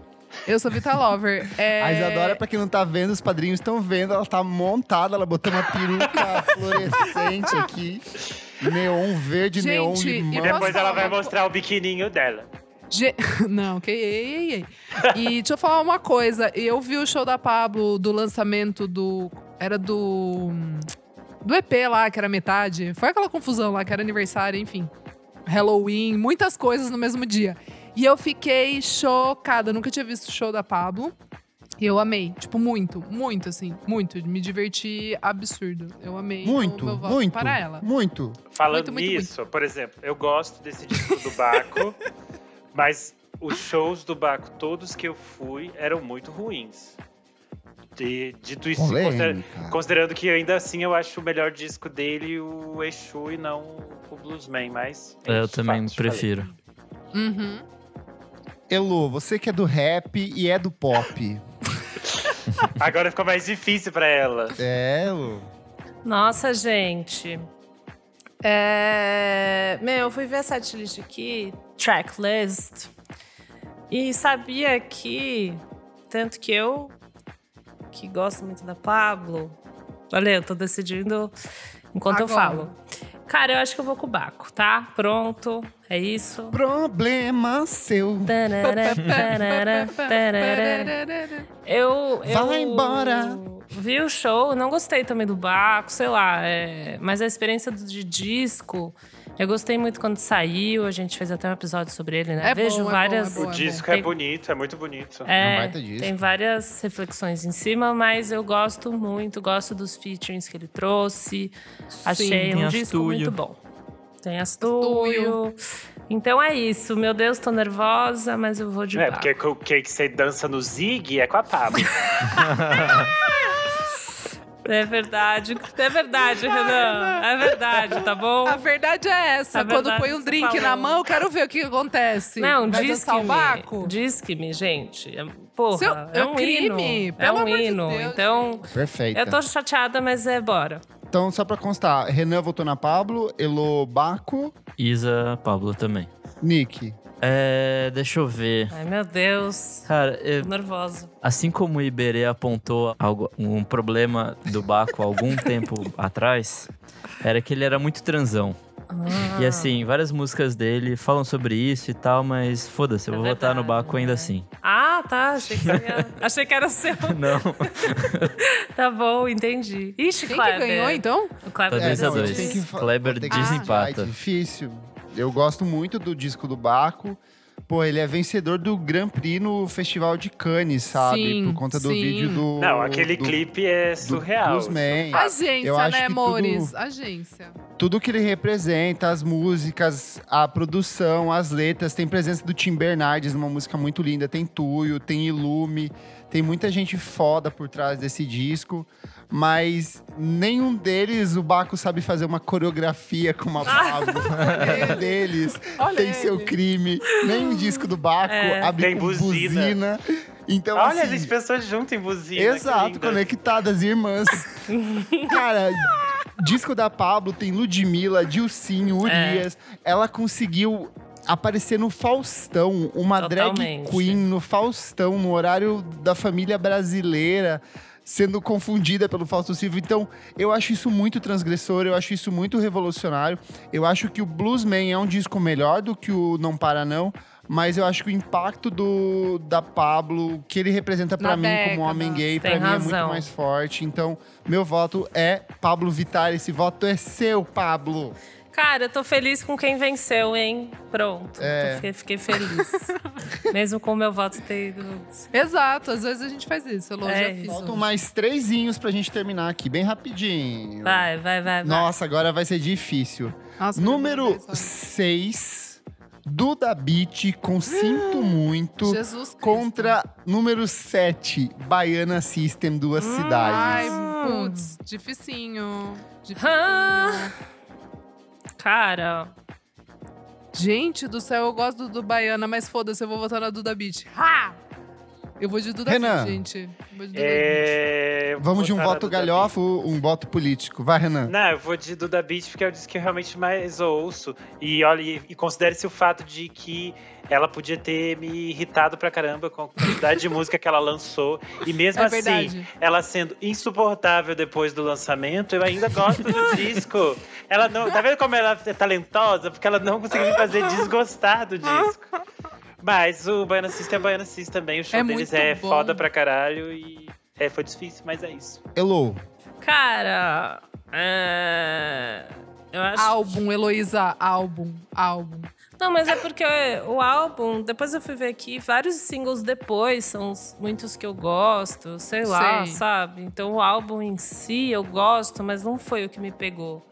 eu sou Vita Lover. É... A Isadora, pra quem não tá vendo, os padrinhos estão vendo, ela tá montada, ela botou uma peruca fluorescente aqui. Neon verde, Gente, neon e limão. E Posso depois ela falar vai uma co- mostrar o biquininho dela. Ge- Não, que ei, ei, ei. E deixa eu falar uma coisa. Eu vi o show da Pablo do lançamento do. Era do. Do EP lá, que era metade. Foi aquela confusão lá, que era aniversário, enfim. Halloween, muitas coisas no mesmo dia. E eu fiquei chocada. Nunca tinha visto o show da Pablo. E eu amei. Tipo, muito, muito, assim. Muito. Me diverti absurdo. Eu amei. então Muito, meu voto muito, Para ela. muito. Muito, Falando muito, nisso, por exemplo, eu gosto desse disco do Baco, mas os shows do Baco, todos que eu fui, eram muito ruins. De, dito isso, consider- Polêmica. considerando que ainda assim eu acho o melhor disco dele o Exu e não o Bluesman, mas. é Eu isso, também fato, prefiro. Uhum. Elo, você que é do rap e é do pop. falei. Agora ficou mais difícil pra ela. É, Elo. Nossa, gente. É... Meu, eu fui ver a setlist aqui, tracklist, e sabia que, tanto que eu, que gosto muito da Pablo, olha, eu tô decidindo enquanto eu Agora. falo. Cara, eu acho que eu vou com o Baco, tá? Pronto, é isso. Problema seu. Tarará, tarará, tarará. Eu, eu Vai embora. Vi o show, não gostei também do Baco, sei lá. é, mas a experiência do- de disco, eu gostei muito quando saiu. A gente fez até um episódio sobre ele, né? É bom, Vejo é bom, é várias. bom, O bom. disco é Tem- bonito, é muito bonito. Um É, baita disco. tem várias reflexões em cima, mas eu gosto muito, gosto dos featurings que ele trouxe. Achei tem um as disco Tuyo. muito bom. Tem Astúrio. Então é isso. Meu Deus, tô nervosa, mas eu vou de É, Baco. porque o que que você dança no Zig é com a Pablo. É verdade, é verdade, Renan. É verdade, tá bom? A verdade é essa. A Quando verdade põe um você drink falou. na mão, eu quero ver o que acontece. Não, Vai diz que dançar o Baco? me, diz que me, gente. É- Porra, Seu- é é um crime, hino, é pelo um amor de hino. Deus, então, Perfeita. eu tô chateada, mas é bora. Então, só pra constar, Renan votou na Pablo, Elo Baco, Isa, Pablo também. Nick. É, deixa eu ver. Ai, meu Deus. Cara, eu- Tô nervosa. assim como o Iberê apontou algo- um problema do Baco algum tempo atrás, era que ele era muito transão. Ah, E assim, várias músicas dele falam sobre isso e tal, mas foda-se, eu É vou votar no verdade, Baco ainda né? assim. Ah, tá. Achei que, você ia- achei que era seu. Não, Tá bom, entendi. Ixi, Quem que Kleber. ganhou, então? O Kleber Tá dois a não, dois. É, tem que fa- Kleber tem desempata. Ah, é difícil. Eu gosto muito do disco do Baco. Pô, ele é vencedor do Grand Prix no Festival de Cannes, sabe? Sim, Por conta do sim. vídeo do. Não, aquele do, clipe é surreal. Bluesman. Ah, Eu Agência, acho né, que tudo- amores? Agência. Tudo que ele representa, as músicas, a produção, as letras. Tem presença do Tim Bernardes numa música muito linda. Tem Tuyo, tem Ilume. Tem muita gente foda por trás desse disco. Mas nenhum deles o Baco sabe fazer uma coreografia com uma Pablo. nenhum deles Ah, Olha tem ele. É. seu crime. Nem o disco do Baco abre Tem com buzina. buzina. Então, Olha, assim, as pessoas juntam em buzina. né? que Exato, é lindo. conectadas, irmãs. Cara, disco da Pablo tem Ludmilla, Dilcinho, Urias. Ela conseguiu aparecer no Faustão, uma drag Totalmente. queen no Faustão, no horário da família brasileira. Sendo confundida pelo Fausto Silva. Então, eu acho isso muito transgressor, eu acho isso muito revolucionário. Eu acho que o Bluesman é um disco melhor do que o Não Para Não, mas eu acho que o impacto do da Pablo, o que ele representa pra Na mim como década. homem gay, Tem pra mim é razão. muito mais forte. Então, meu voto é Pablo Vittar, esse voto é seu, Pablo. Cara, eu tô feliz com quem venceu, hein? Pronto. É. Tô fe- Fiquei feliz. Mesmo com o meu voto ter ido Exato, às vezes a gente faz isso. Eu É, já fiz um. Faltam hoje. mais trezinhos pra gente terminar aqui, bem rapidinho. Vai, vai, vai. vai. Nossa, agora vai ser difícil. Nossa, Número meu Deus, olha. 6, Duda Beat com Sinto Muito. Jesus Cristo. Contra número 7, Baiana System, duas Ai, cidades. putz, dificinho. Ah. Dificinho. Cara, Gente do céu, eu gosto do, do Baiana, mas foda-se, eu vou votar na Duda Beach. Ha! Eu vou de Duda Renan. Beat, gente. Eu vou de Duda Beat. É, eu vou Vamos de um botar na voto Duda galhofo, um voto político. Vai, Renan. Beat. Não, eu vou de Duda Beat porque é o disco que eu realmente mais ouço. E olha, e e considere-se o fato de que ela podia ter me irritado pra caramba com a quantidade de música que ela lançou. E mesmo É assim, verdade. ela sendo insuportável depois do lançamento, eu ainda gosto do disco. Ela não, tá vendo como ela é talentosa? Porque ela não conseguiu me fazer desgostar do disco. Mas o Baiana System é Baiana System também. O show É deles muito é bom. foda pra caralho e é, foi difícil, mas é isso. Hello. cara. é, Eu acho. Álbum, Heloísa, álbum, álbum. Não, mas é porque o álbum, depois eu fui ver aqui, vários singles depois, são os- muitos que eu gosto, sei lá, Sei. sabe? Então o álbum em si eu gosto, mas não foi o que me pegou.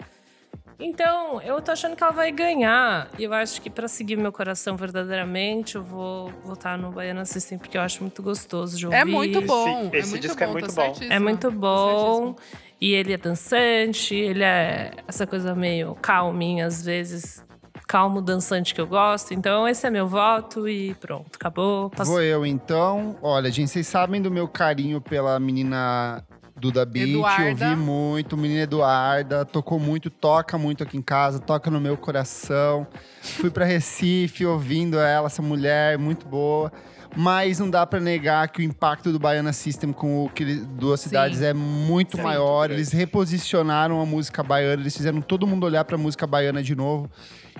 Então, eu tô achando que ela vai ganhar. E eu acho que pra seguir meu coração verdadeiramente, eu vou votar no Baiana System, porque eu acho muito gostoso de ouvir. É muito bom. Esse- esse é muito disco bom, é muito tá bom. certíssima. É muito certíssimo. bom. E ele é dançante, ele é essa coisa meio calminha, às vezes. Calmo, dançante que eu gosto. Então, esse é meu voto e pronto, acabou. Passou. Vou eu então. Olha, gente, vocês sabem do meu carinho pela menina Duda Beat. Eu Eduarda. vi muito, menina Eduarda. Tocou muito, toca muito aqui em casa, toca no meu coração. Fui pra Recife ouvindo ela, essa mulher muito boa. Mas não dá pra negar que o impacto do Baiana System com o que ele- duas Sim. cidades é muito Sim. maior. Eles reposicionaram a música baiana, eles fizeram todo mundo olhar pra música baiana de novo.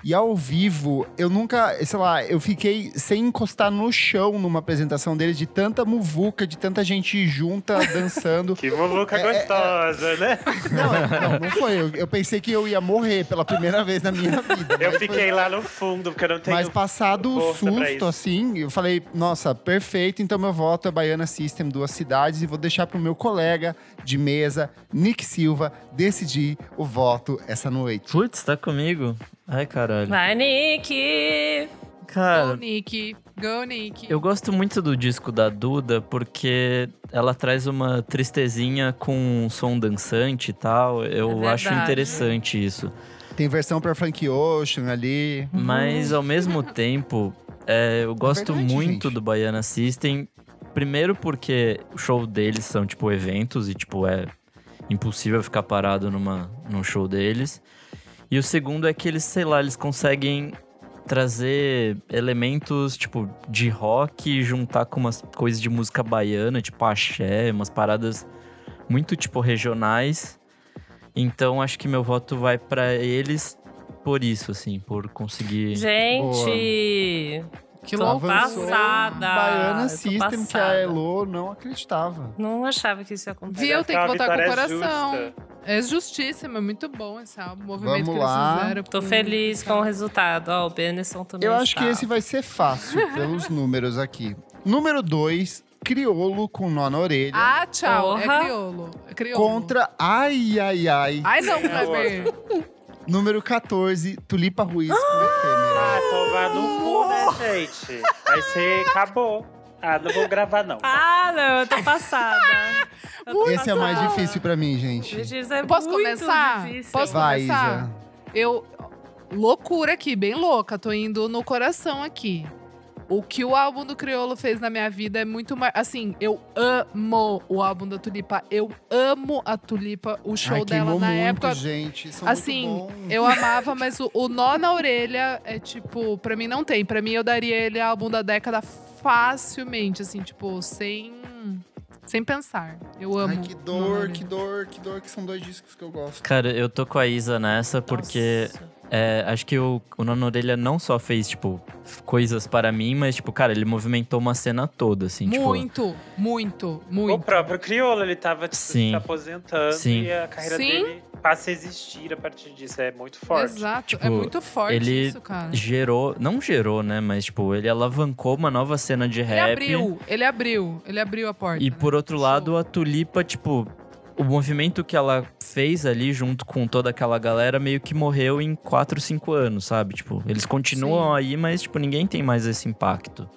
E ao vivo, eu nunca, sei lá, eu fiquei sem encostar no chão numa apresentação dele, de tanta muvuca, de tanta gente junta dançando. Que maluca É, gostosa, né? não, não, não foi. Eu, eu pensei que eu ia morrer pela primeira vez na minha vida. Eu mas foi- fiquei lá no fundo, porque eu não tenho. Mas passado o um força pra susto, isso. assim, eu falei, nossa, perfeito, então meu voto é Baiana System, duas cidades, e vou deixar pro meu colega de mesa, Nick Silva, decidir o voto essa noite. Putz, tá comigo? Ai, caralho. Vai, Nick! Go, Cara, Nick. Go, Nick. eu gosto muito do disco da Duda porque ela traz uma tristezinha com um som dançante e tal. Eu É acho verdade. interessante isso. Tem versão pra Frank Ocean ali. Mas ao mesmo tempo, é, eu gosto verdade, muito gente. do Baiana System. Primeiro porque o show deles são tipo eventos e tipo é impossível ficar parado numa, num show deles. E o segundo é que eles, sei lá, eles conseguem trazer elementos tipo de rock e juntar com umas coisas de música baiana, tipo axé, umas paradas muito tipo regionais. Então acho que meu voto vai pra eles por isso assim, por conseguir Gente! Que Tô louco. Avançou passada. Baiana Eu tô System, que passada. a Elo não acreditava. Não achava que isso ia acontecer. Viu? Tem que Uma botar com o vitória coração. justa. É justíssimo, é muito bom esse álbum. O movimento Vamos que lá. eles fizeram. Tô feliz Tá. com o resultado. Ó, o Benison também tá. Eu acho está. que esse vai ser fácil, pelos números aqui. Número 2, Criolo com nó na orelha. Ah, tchau. Porra. É crioulo. É crioulo. contra Ai Ai Ai. Ai, não, É, Kleber. Número 14, Tulipa Ruiz com Ah, efêmera. tomar no cu, né, gente? Aí você acabou. Ah, não vou gravar, não. Ah, não, eu tô passada. Eu tô Esse é o mais passada. difícil pra mim, gente. Gente, isso é Eu posso muito começar? difícil. Posso Vai, começar? Isa. Eu. Loucura aqui, bem louca. Tô indo no coração aqui. O que o álbum do Criolo fez na minha vida é muito mais. Assim, eu amo o álbum da Tulipa. Eu amo a Tulipa, o show Ai, dela queimou na muito, época. gente. São Assim, muito bons. eu amava, mas o, o nó na orelha é tipo, pra mim não tem. Pra mim eu daria ele álbum da década facilmente, assim, tipo, sem sem pensar. Eu amo. Ai, que Nó na dor, Orelha. que dor, que dor, que são dois discos que eu gosto. Cara, eu tô com a Isa nessa porque Nossa. é, acho que o, o Nono Orelha não só fez, tipo, coisas para mim, mas, tipo, cara, ele movimentou uma cena toda, assim, tipo. Muito, muito, O muito. próprio Criolo, ele tava tipo, Sim. se aposentando Sim. e a carreira Sim. dele passa a existir a partir disso. É muito forte. Exato, é Tipo, muito forte ele isso, cara. Gerou, não gerou, né? Mas, tipo, ele alavancou uma nova cena de Ele rap. abriu, ele abriu, ele abriu a porta. E né? por outro Show. lado, a Tulipa, tipo, o movimento que ela fez ali junto com toda aquela galera meio que morreu em 4, 5 anos, sabe? Tipo, eles continuam aí, mas, tipo, ninguém tem mais esse impacto.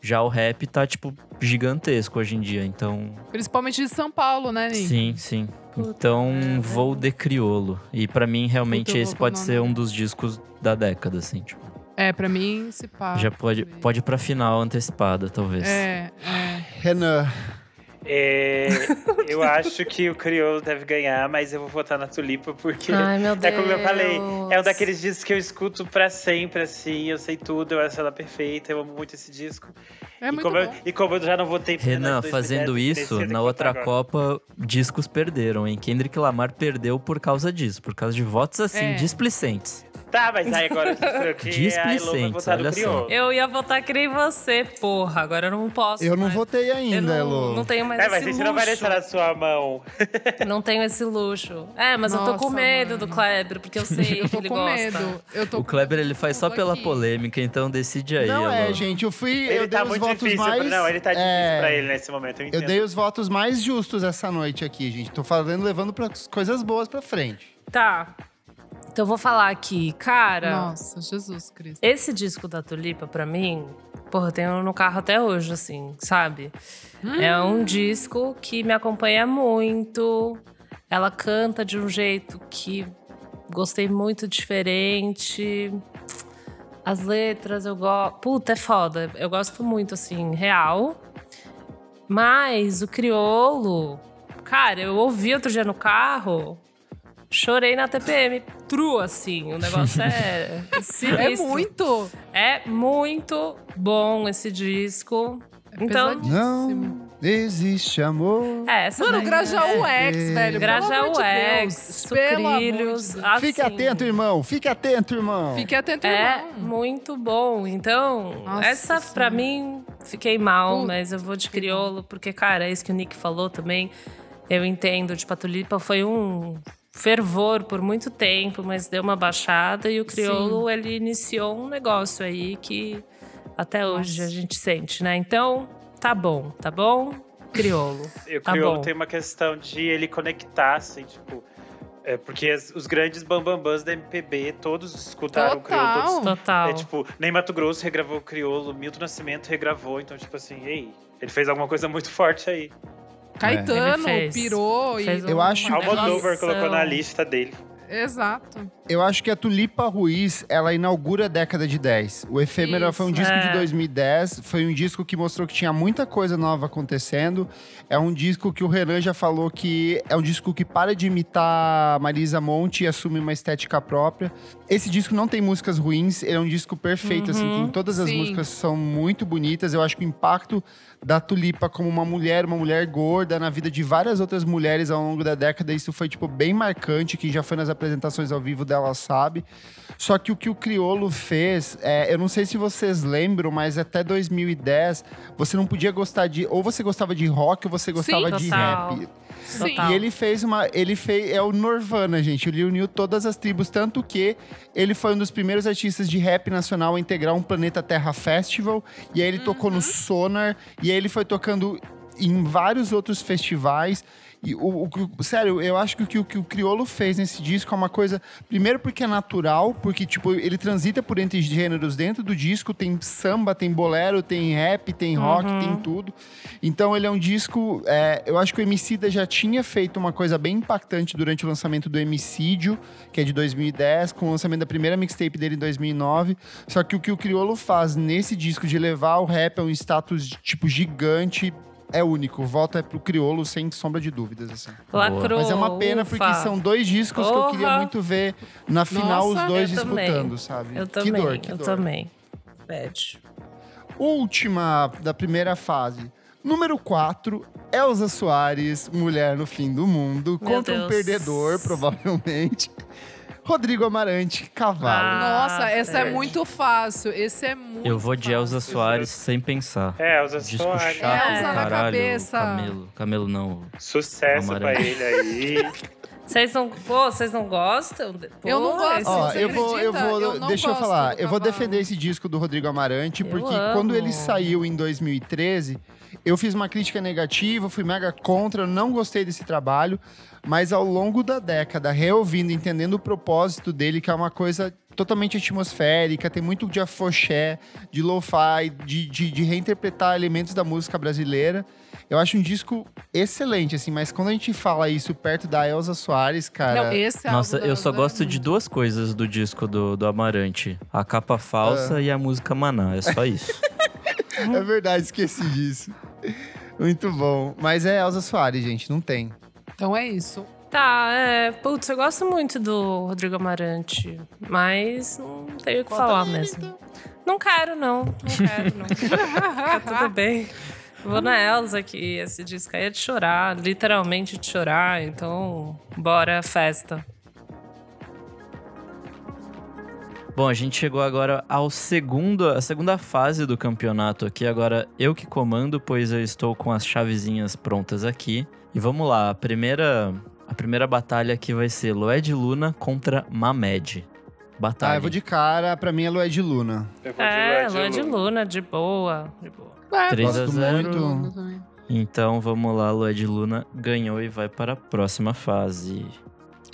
Já o rap tá, tipo, gigantesco hoje em dia, então. Principalmente de São Paulo, né, Nick? Sim, sim. Puta Então, merda. vou de criolo. E pra mim, realmente, Puta, eu esse vou pode com o ser nome. um dos discos da década, assim, tipo. É, pra mim, se pá. já pode, talvez. pode ir pra final antecipada, talvez. Ah, É, é. Renan, É, eu acho que o Criolo deve ganhar, mas eu vou votar na Tulipa porque Ai, meu É Deus. como eu falei, é um daqueles discos que eu escuto pra sempre, assim. Eu sei tudo, eu acho ela perfeita, eu amo muito esse disco. É e, muito como eu, bom. e como eu já não votei pra Renan, nós dois fazendo mulheres, isso, decida na quem outra votar agora. Copa, discos perderam, hein? Kendrick Lamar perdeu por causa disso, por causa de votos assim, É. displicentes. Tá, mas aí agora que a Elô vai Displicentes, votar no olha só. Criolo. Eu ia votar que nem você, porra. Agora eu não posso. Eu não mais. votei Eu ainda, não, Elô. não tenho mais É, mas esse isso luxo. não vai deixar na sua mão. Não tenho esse luxo. É, mas eu tô com Nossa, medo mano. do Kleber, porque eu sei Eu que tô ele com gosta. medo. Eu tô O com- Kleber ele faz só tô pela aqui. polêmica, então decide aí. Não é, Elô. gente. Eu fui. Ele eu dei tá os muito votos difícil. mais. pra- Não, ele tá difícil é, pra ele nesse momento. Eu, Eu entendo. dei os votos mais justos essa noite aqui, gente. Tô falando, levando para coisas boas pra frente. Tá. Então eu vou falar aqui, cara. Nossa, Jesus Cristo. Esse disco da Tulipa, pra mim, porra, eu tenho no carro até hoje, assim, sabe? É um disco que me acompanha muito. Ela canta de um jeito que gostei muito diferente. As letras eu gosto. Puta, é foda. Eu gosto muito, assim, real. Mas o criolo. Cara, eu ouvi outro dia no carro. Chorei na TPM. True, assim. O negócio é. É sinistro. muito. É muito bom esse disco. Então, Pesadíssimo. Não existe amor. é, essa Mano, daí, Grajaú né? X, velho. Grajaú pelo amor de Deus. X, Pelo amor de Sucrilhos. Deus. assim, Fique atento, irmão. Fique atento, irmão. Fique atento, É irmão. muito bom. Então, Nossa essa pra Senhora. mim fiquei mal, Puta mas eu vou de criolo, porque, cara, é isso que o Nick falou também. Eu entendo. Tipo, a Tulipa foi um fervor por muito tempo, mas deu uma baixada. E o criolo, ele iniciou um negócio aí que até hoje Nossa. a gente sente, né? Então, tá bom, tá bom? É Criolo. tipo E o Tá Criolo bom. tem uma questão de ele conectar, assim, tipo. é, porque as- os grandes bambambãs da MPB, todos escutaram o Criolo. Todos, Total. Total. é tipo, nem Mato Grosso regravou o Criolo, Milton Nascimento regravou, então, tipo assim, ei, ele fez alguma coisa muito forte aí. Caetano É. Ele fez. pirou e. Fez um Eu acho uma Almodóvar relação. colocou na lista dele. Exato. Eu acho que a Tulipa Ruiz, ela inaugura a década de 10. O Efêmera Isso, foi um disco é. de 2010, foi um disco que mostrou que tinha muita coisa nova acontecendo. É um disco que o Renan já falou que é um disco que para de imitar Marisa Monte e assume uma estética própria. Esse disco não tem músicas ruins, ele é um disco perfeito, assim, Uhum, tem- todas as sim. músicas são muito bonitas. Eu acho que o impacto da Tulipa como uma mulher, uma mulher gorda, na vida de várias outras mulheres ao longo da década. Isso foi, tipo, bem marcante. Quem já foi nas apresentações ao vivo dela sabe. Só que o que o Criolo fez, é, eu não sei se vocês lembram, mas até 2010 você não podia gostar de. Ou você gostava de rock ou você gostava de total. rap. Sim. Total. E ele fez uma. Ele fez. É o Norvana, gente. Ele uniu todas as tribos, tanto que ele foi um dos primeiros artistas de rap nacional a integrar um Planeta Terra Festival. E aí ele tocou no Sonar. E aí ele foi tocando em vários outros festivais. E o, o que- sério, eu acho que o que, o que o Criolo fez nesse disco é uma coisa. Primeiro, porque é natural, porque tipo, ele transita por entre gêneros dentro do disco. Tem samba, tem bolero, tem rap, tem rock, Uhum. tem tudo. Então ele é um disco. é, eu acho que o Emicida já tinha feito uma coisa bem impactante durante o lançamento do Emicídio, que é de 2010, com o lançamento da primeira mixtape dele em 2009. Só que o que o Criolo faz nesse disco de levar o rap a um status tipo gigante é único. Volta é pro Criolo sem sombra de dúvidas assim. Lacrou. Mas é uma pena porque ufa. são dois discos que eu queria Porra. muito ver na final Nossa, os dois eu também. disputando, sabe? Eu também, que dor, que eu dor. também. Bad. Última da primeira fase. Número 4, Elza Soares, Mulher no Fim do Mundo, Meu contra um Deus. perdedor, provavelmente. Rodrigo Amarante, Cavalo. Ah, Nossa, essa é Fred. muito fácil. Esse é muito. Eu vou de Elza fácil. Soares sem pensar. É, Elza Disco Soares. chato, É, Elza na caralho. cabeça. Camelo, Camelo não. Sucesso Amarelo. pra ele aí. Vocês não, pô, vocês não gostam? De- Pô, é Eu não gosto. esse- Ó, você eu vou, eu acredita? vou, Eu não deixa eu gosto falar. do Eu vou Cavalo. defender esse disco do Rodrigo Amarante, Eu porque amo. quando ele saiu em 2013, eu fiz uma crítica negativa, fui mega contra, eu não gostei desse trabalho, mas ao longo da década, reouvindo, entendendo o propósito dele, que é uma coisa totalmente atmosférica, tem muito de afoxé, de lo-fi, de, de, de reinterpretar elementos da música brasileira. Eu acho um disco excelente, assim, mas quando a gente fala isso perto da Elza Soares, cara. Não, esse Nossa, álbum da eu Elza só é gosto de muito- duas coisas do disco do, do Amarante: a capa falsa e a música Maná. É só isso. É verdade, esqueci disso. Muito bom. Mas é Elza Soares, gente, não tem. Tá, Então é isso. Tá, é. Putz, eu gosto muito do Rodrigo Amarante, mas não tenho o que falar mesmo. então. Não quero, não. Não quero, não. Tá tudo bem. Vou na Elsa que esse disco aí é de chorar, literalmente de chorar, então bora festa. Bom, a gente chegou agora ao segundo, a segunda fase do campeonato aqui. Agora eu que comando, pois eu estou com as chavezinhas prontas aqui. E vamos lá, a primeira, a primeira batalha aqui vai ser Lued Luna contra Mamed. Batalha. Tá, eu vou de cara, pra mim é Lué de Luna. Eu vou É, Lua Lua de Lua. Luna, de boa. De boa. Ué, Três gosto a Gosto zero. muito. também. Então vamos lá, Lued Luna ganhou e vai para a próxima fase.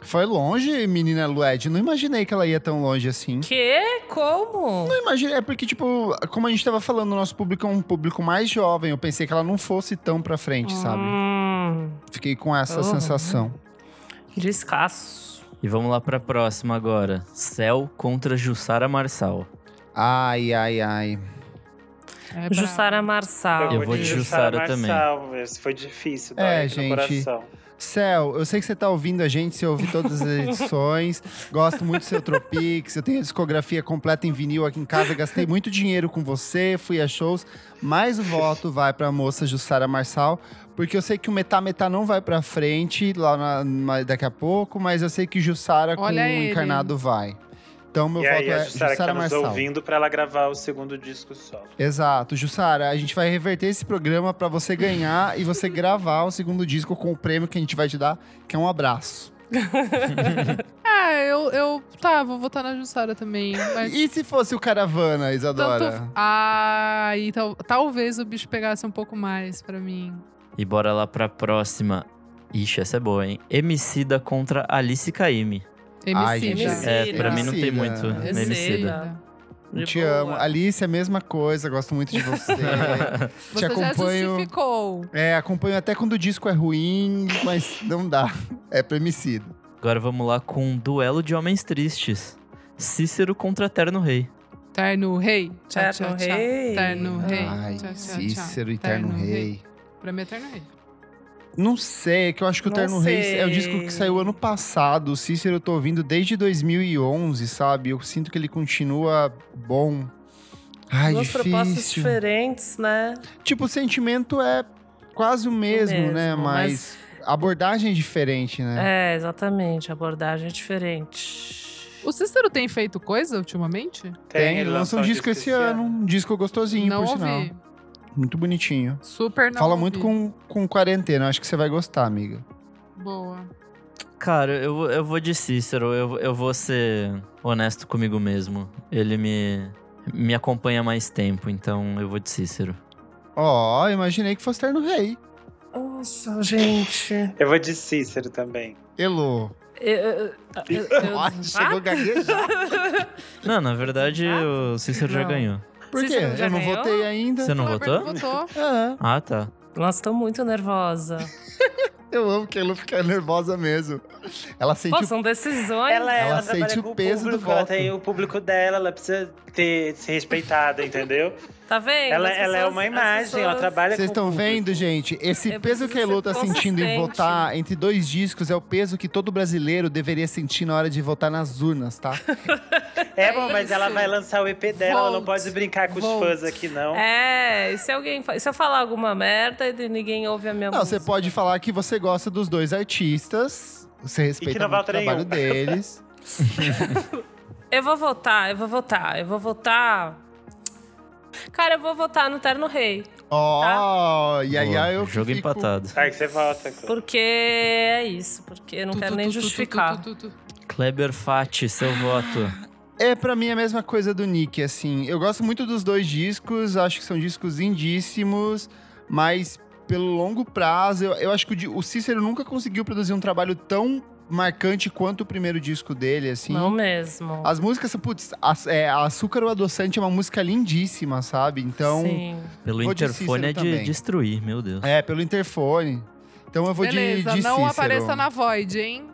Foi longe, menina Lued. Não imaginei que ela ia tão longe assim. Que? Como? Não imaginei, é porque, tipo, como a gente tava falando, o nosso público é um público mais jovem. Eu pensei que ela não fosse tão pra frente, sabe? Hum, Fiquei com essa Uhum. Oh. sensação. descasso. E vamos lá para a próxima agora. Céu contra Jussara Marçal. Ai, ai, ai. É brabo. Jussara Marçal. Eu vou de Jussara também. Marçal, Esse foi difícil, dói É, aqui no gente. coração. Céu, eu sei que você tá ouvindo a gente, você ouve todas as edições. gosto muito do seu Tropix, eu tenho a discografia completa em vinil aqui em casa. Gastei muito dinheiro com você, fui a shows. Mas o voto vai pra moça Jussara Marçal, porque eu sei que o Metá Metá não vai pra frente lá na- na- daqui a pouco, mas eu sei que Jussara com Olha o ele. encarnado vai. Então meu e voto aí, é a Jussara que tá nos Marçal. ouvindo pra ela gravar o segundo disco solo. Exato. Jussara, a gente vai reverter esse programa pra você ganhar e você gravar o segundo disco com o prêmio que a gente vai te dar, que é um abraço. Ah, eu, eu. Tá, vou votar na Jussara também. Mas E se fosse o Caravana, Isadora? tanto. Ah, e tal- talvez o bicho pegasse um pouco mais pra mim. E bora lá pra próxima. Ixi, essa é boa, hein? Emicida contra Alice Caymmi. MC, Ai, gente, já. É, pra mim não tem Emicida. muito no Emicida. Emicida. De Te boa. amo. Alice, é a mesma coisa, gosto muito de você. Você já acompanho- justificou. é, acompanho até quando o disco é ruim, mas não dá. É premicido. Agora vamos lá com um duelo de homens tristes. Cícero contra Terno Rei. Terno Rei. Tchau, Terno tchau, tchau. Rei. Terno Rei. Ai, Tchau, tchau, tchau. Cícero e Terno Rei. Pra mim é Terno Rei. Não sei, é que eu acho que o Não Terno Rei é o disco sei. que saiu ano passado. O Cícero eu tô ouvindo desde 2011, sabe? Eu sinto que ele continua bom. Ai, Duas propostas difícil. diferentes, né? Tipo, o sentimento é quase o mesmo, né? mesmo, Mas, abordagem é diferente, né? É, exatamente. Abordagem é diferente. O Cícero tem feito coisa ultimamente? Tem, ele lança lançou um disco esse ano, um disco gostosinho, não por ouvi. sinal. Muito bonitinho. Super não Fala ouvi. muito com, com quarentena, acho que você vai gostar, amiga. Boa. Cara, eu, eu vou de Cícero. Eu, eu vou ser honesto comigo mesmo. Ele me, me acompanha há mais tempo, então eu vou de Cícero. Ó, imaginei que fosse Terno Rei. Nossa, gente. Eu vou de Cícero também. Elô. Eu, eu, eu, eu- Ó, chegou Ah! a gaguejar. Não, na verdade, o Cícero já Não. ganhou. Por quê? Cícero já Eu não ganhou? votei ainda. Você não Roberto votou? votou. É, Ah, tá. Nossa, tô muito nervosa. eu amo que a Elô fica nervosa mesmo. Ela sente Pô, o... são decisões. Ela Ela, ela sente trabalha o com o peso do público, ela voto. tem o público dela, ela precisa ter, ser respeitada, entendeu? Tá vendo? ela, As ela é pessoas- uma as imagem, ela pessoas- trabalha Vocês com o estão público. vendo, gente? Esse Eu peso que a Elô preciso tá ser sentindo em consistente. votar entre dois discos é o peso que todo brasileiro deveria sentir na hora de votar nas urnas, tá? É bom, mas isso. ela vai lançar o EP dela, ela não Volte, pode brincar com volte. os fãs aqui, não. É, e se alguém. fa- Se eu falar alguma merda e ninguém ouve a minha Não, música? você pode falar que você gosta dos dois artistas, você respeita não muito o vota trabalho nenhum. deles. Eu vou votar, eu vou votar, eu vou votar. Cara, eu vou votar no Terno Rei. Ó, e aí Boa. aí eu Jogo fico- empatado. Ai, Tá, que você volta. Porque é isso, porque eu não quero nem justificar. Kleber Fati, seu voto. É, pra mim, a mesma coisa do Nick, assim. Eu gosto muito dos dois discos, acho que são discos lindíssimos, mas pelo longo prazo, eu, eu acho que o di- o, Cícero nunca conseguiu produzir um trabalho tão marcante quanto o primeiro disco dele, assim. Não mesmo. As músicas, putz, as- é, Açúcar ou Adoçante é uma música lindíssima, sabe? Então, Sim. Pelo Vou de interfone Cícero é de também. destruir, meu Deus. é, pelo interfone. Então eu vou de- Beleza, de, não Cícero. apareça na Void, hein?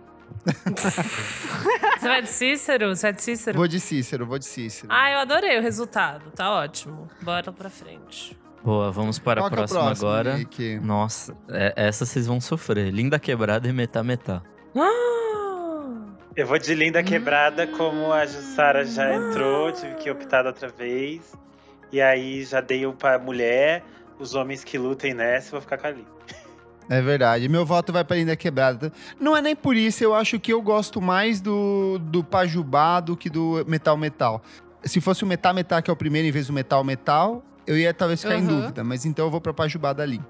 Você vai de Cícero? Você vai de Cícero? Vou de Cícero, vou de Cícero. Ah, eu adorei o resultado. Tá ótimo. Bora pra frente. Boa, vamos para Qual a que é o próxima próximo, agora. Nick? Nossa, é- essa vocês vão sofrer. Linda quebrada e metá metá. Ah! Eu vou de Linda Quebrada, como a Jussara já entrou, tive que optar da outra vez. E aí já dei um pra mulher, os homens que lutem nessa, eu vou ficar com a Linda. É verdade. Meu voto vai pra Linda Quebrada. Não é nem por isso, eu acho que eu gosto mais do, do Pajubá do que do Metal Metal. Se fosse o Metal Metal, que é o primeiro, em vez do Metal Metal, eu ia talvez ficar em Uhum. dúvida. Mas então eu vou pra Pajubá dali.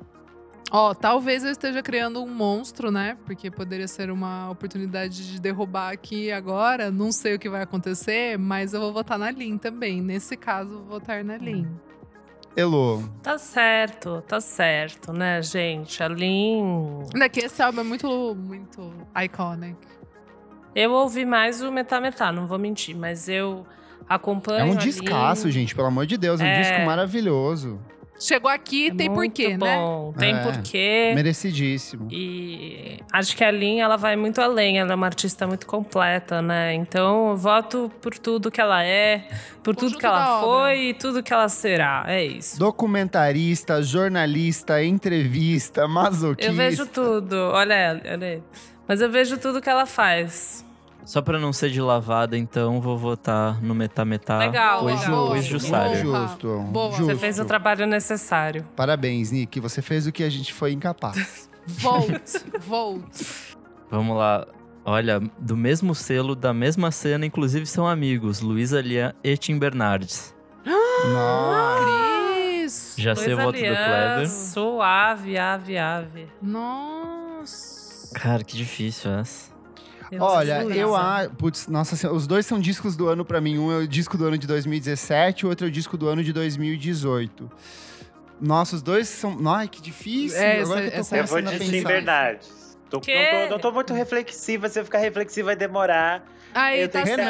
Ó, talvez eu esteja criando um monstro, né? Porque poderia ser uma oportunidade de derrubar aqui agora. Não sei o que vai acontecer, mas eu vou votar na Lin também. Nesse caso, vou votar na Lin. Hum. Elô, Tá certo, tá certo, né, gente? A Lin. Ainda que esse álbum é muito, muito iconic. Eu ouvi mais o Metá Metá, não vou mentir, mas eu acompanho. é um a descasso, Lin. gente, pelo amor de Deus. É um É. disco maravilhoso. Chegou aqui, É tem muito porquê, né? bom, Tem É. porquê. Merecidíssimo. E acho que a Lin, ela vai muito além, ela é uma artista muito completa, né? Então, eu voto por tudo que ela é, por tudo Conjunto que ela da foi obra. e tudo que ela será. É isso. Documentarista, jornalista, entrevista, masoquista. Eu vejo tudo. Olha ela, olha aí. Mas eu vejo tudo que ela faz. Só pra não ser de lavada, então vou votar no Metá Metá. Legal, Pois, legal. pois Jussário. Boa. Justo. Boa. Você justo. Você fez o trabalho necessário. Parabéns, Nick. Você fez o que a gente foi incapaz. Volte, volte. Vamos lá. Olha, do mesmo selo, da mesma cena, inclusive são amigos, Luísa Lian e Tim Bernardes. Nossa. Cris! Já sei o Dois voto do Kleber. aliás, Suave, ave, ave. Nossa! Cara, que difícil essa. Eu Olha, sou eu essa. acho. Putz, nossa senhora, os dois são discos do ano pra mim. Um é o disco do ano de 2017, o outro é o disco do ano de 2018. Nossa, os dois são. Ai, que difícil. É, Agora essa- que eu tô Tá, essa- Eu vou começando a de pensar. Sim Bernardes. Tô- não, Quê? tô, não tô muito reflexiva, se eu ficar reflexiva vai demorar. Aí, Eu tá tenho- Renan,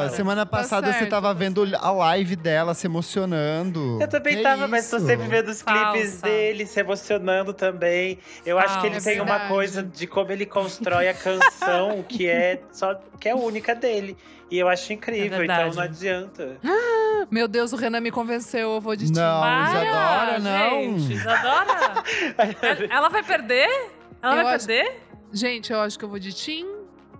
certo. semana Tá passada você certo. tava vendo a live dela se emocionando. Eu também Que é tava, mas tô isso? sempre vendo os Falsa. clipes dele, se emocionando também. Eu acho que ele Falsa. tem É uma Verdade. coisa de como ele constrói a canção que é só que é única dele. E eu acho incrível, É então verdade. não adianta. certo. Meu Deus, o Renan me convenceu, eu vou de ti. Não, Para, Isadora, não. Gente, Isadora? Ela vai perder? Ela Eu vai acho- perder? Gente, eu acho que eu vou de Tim.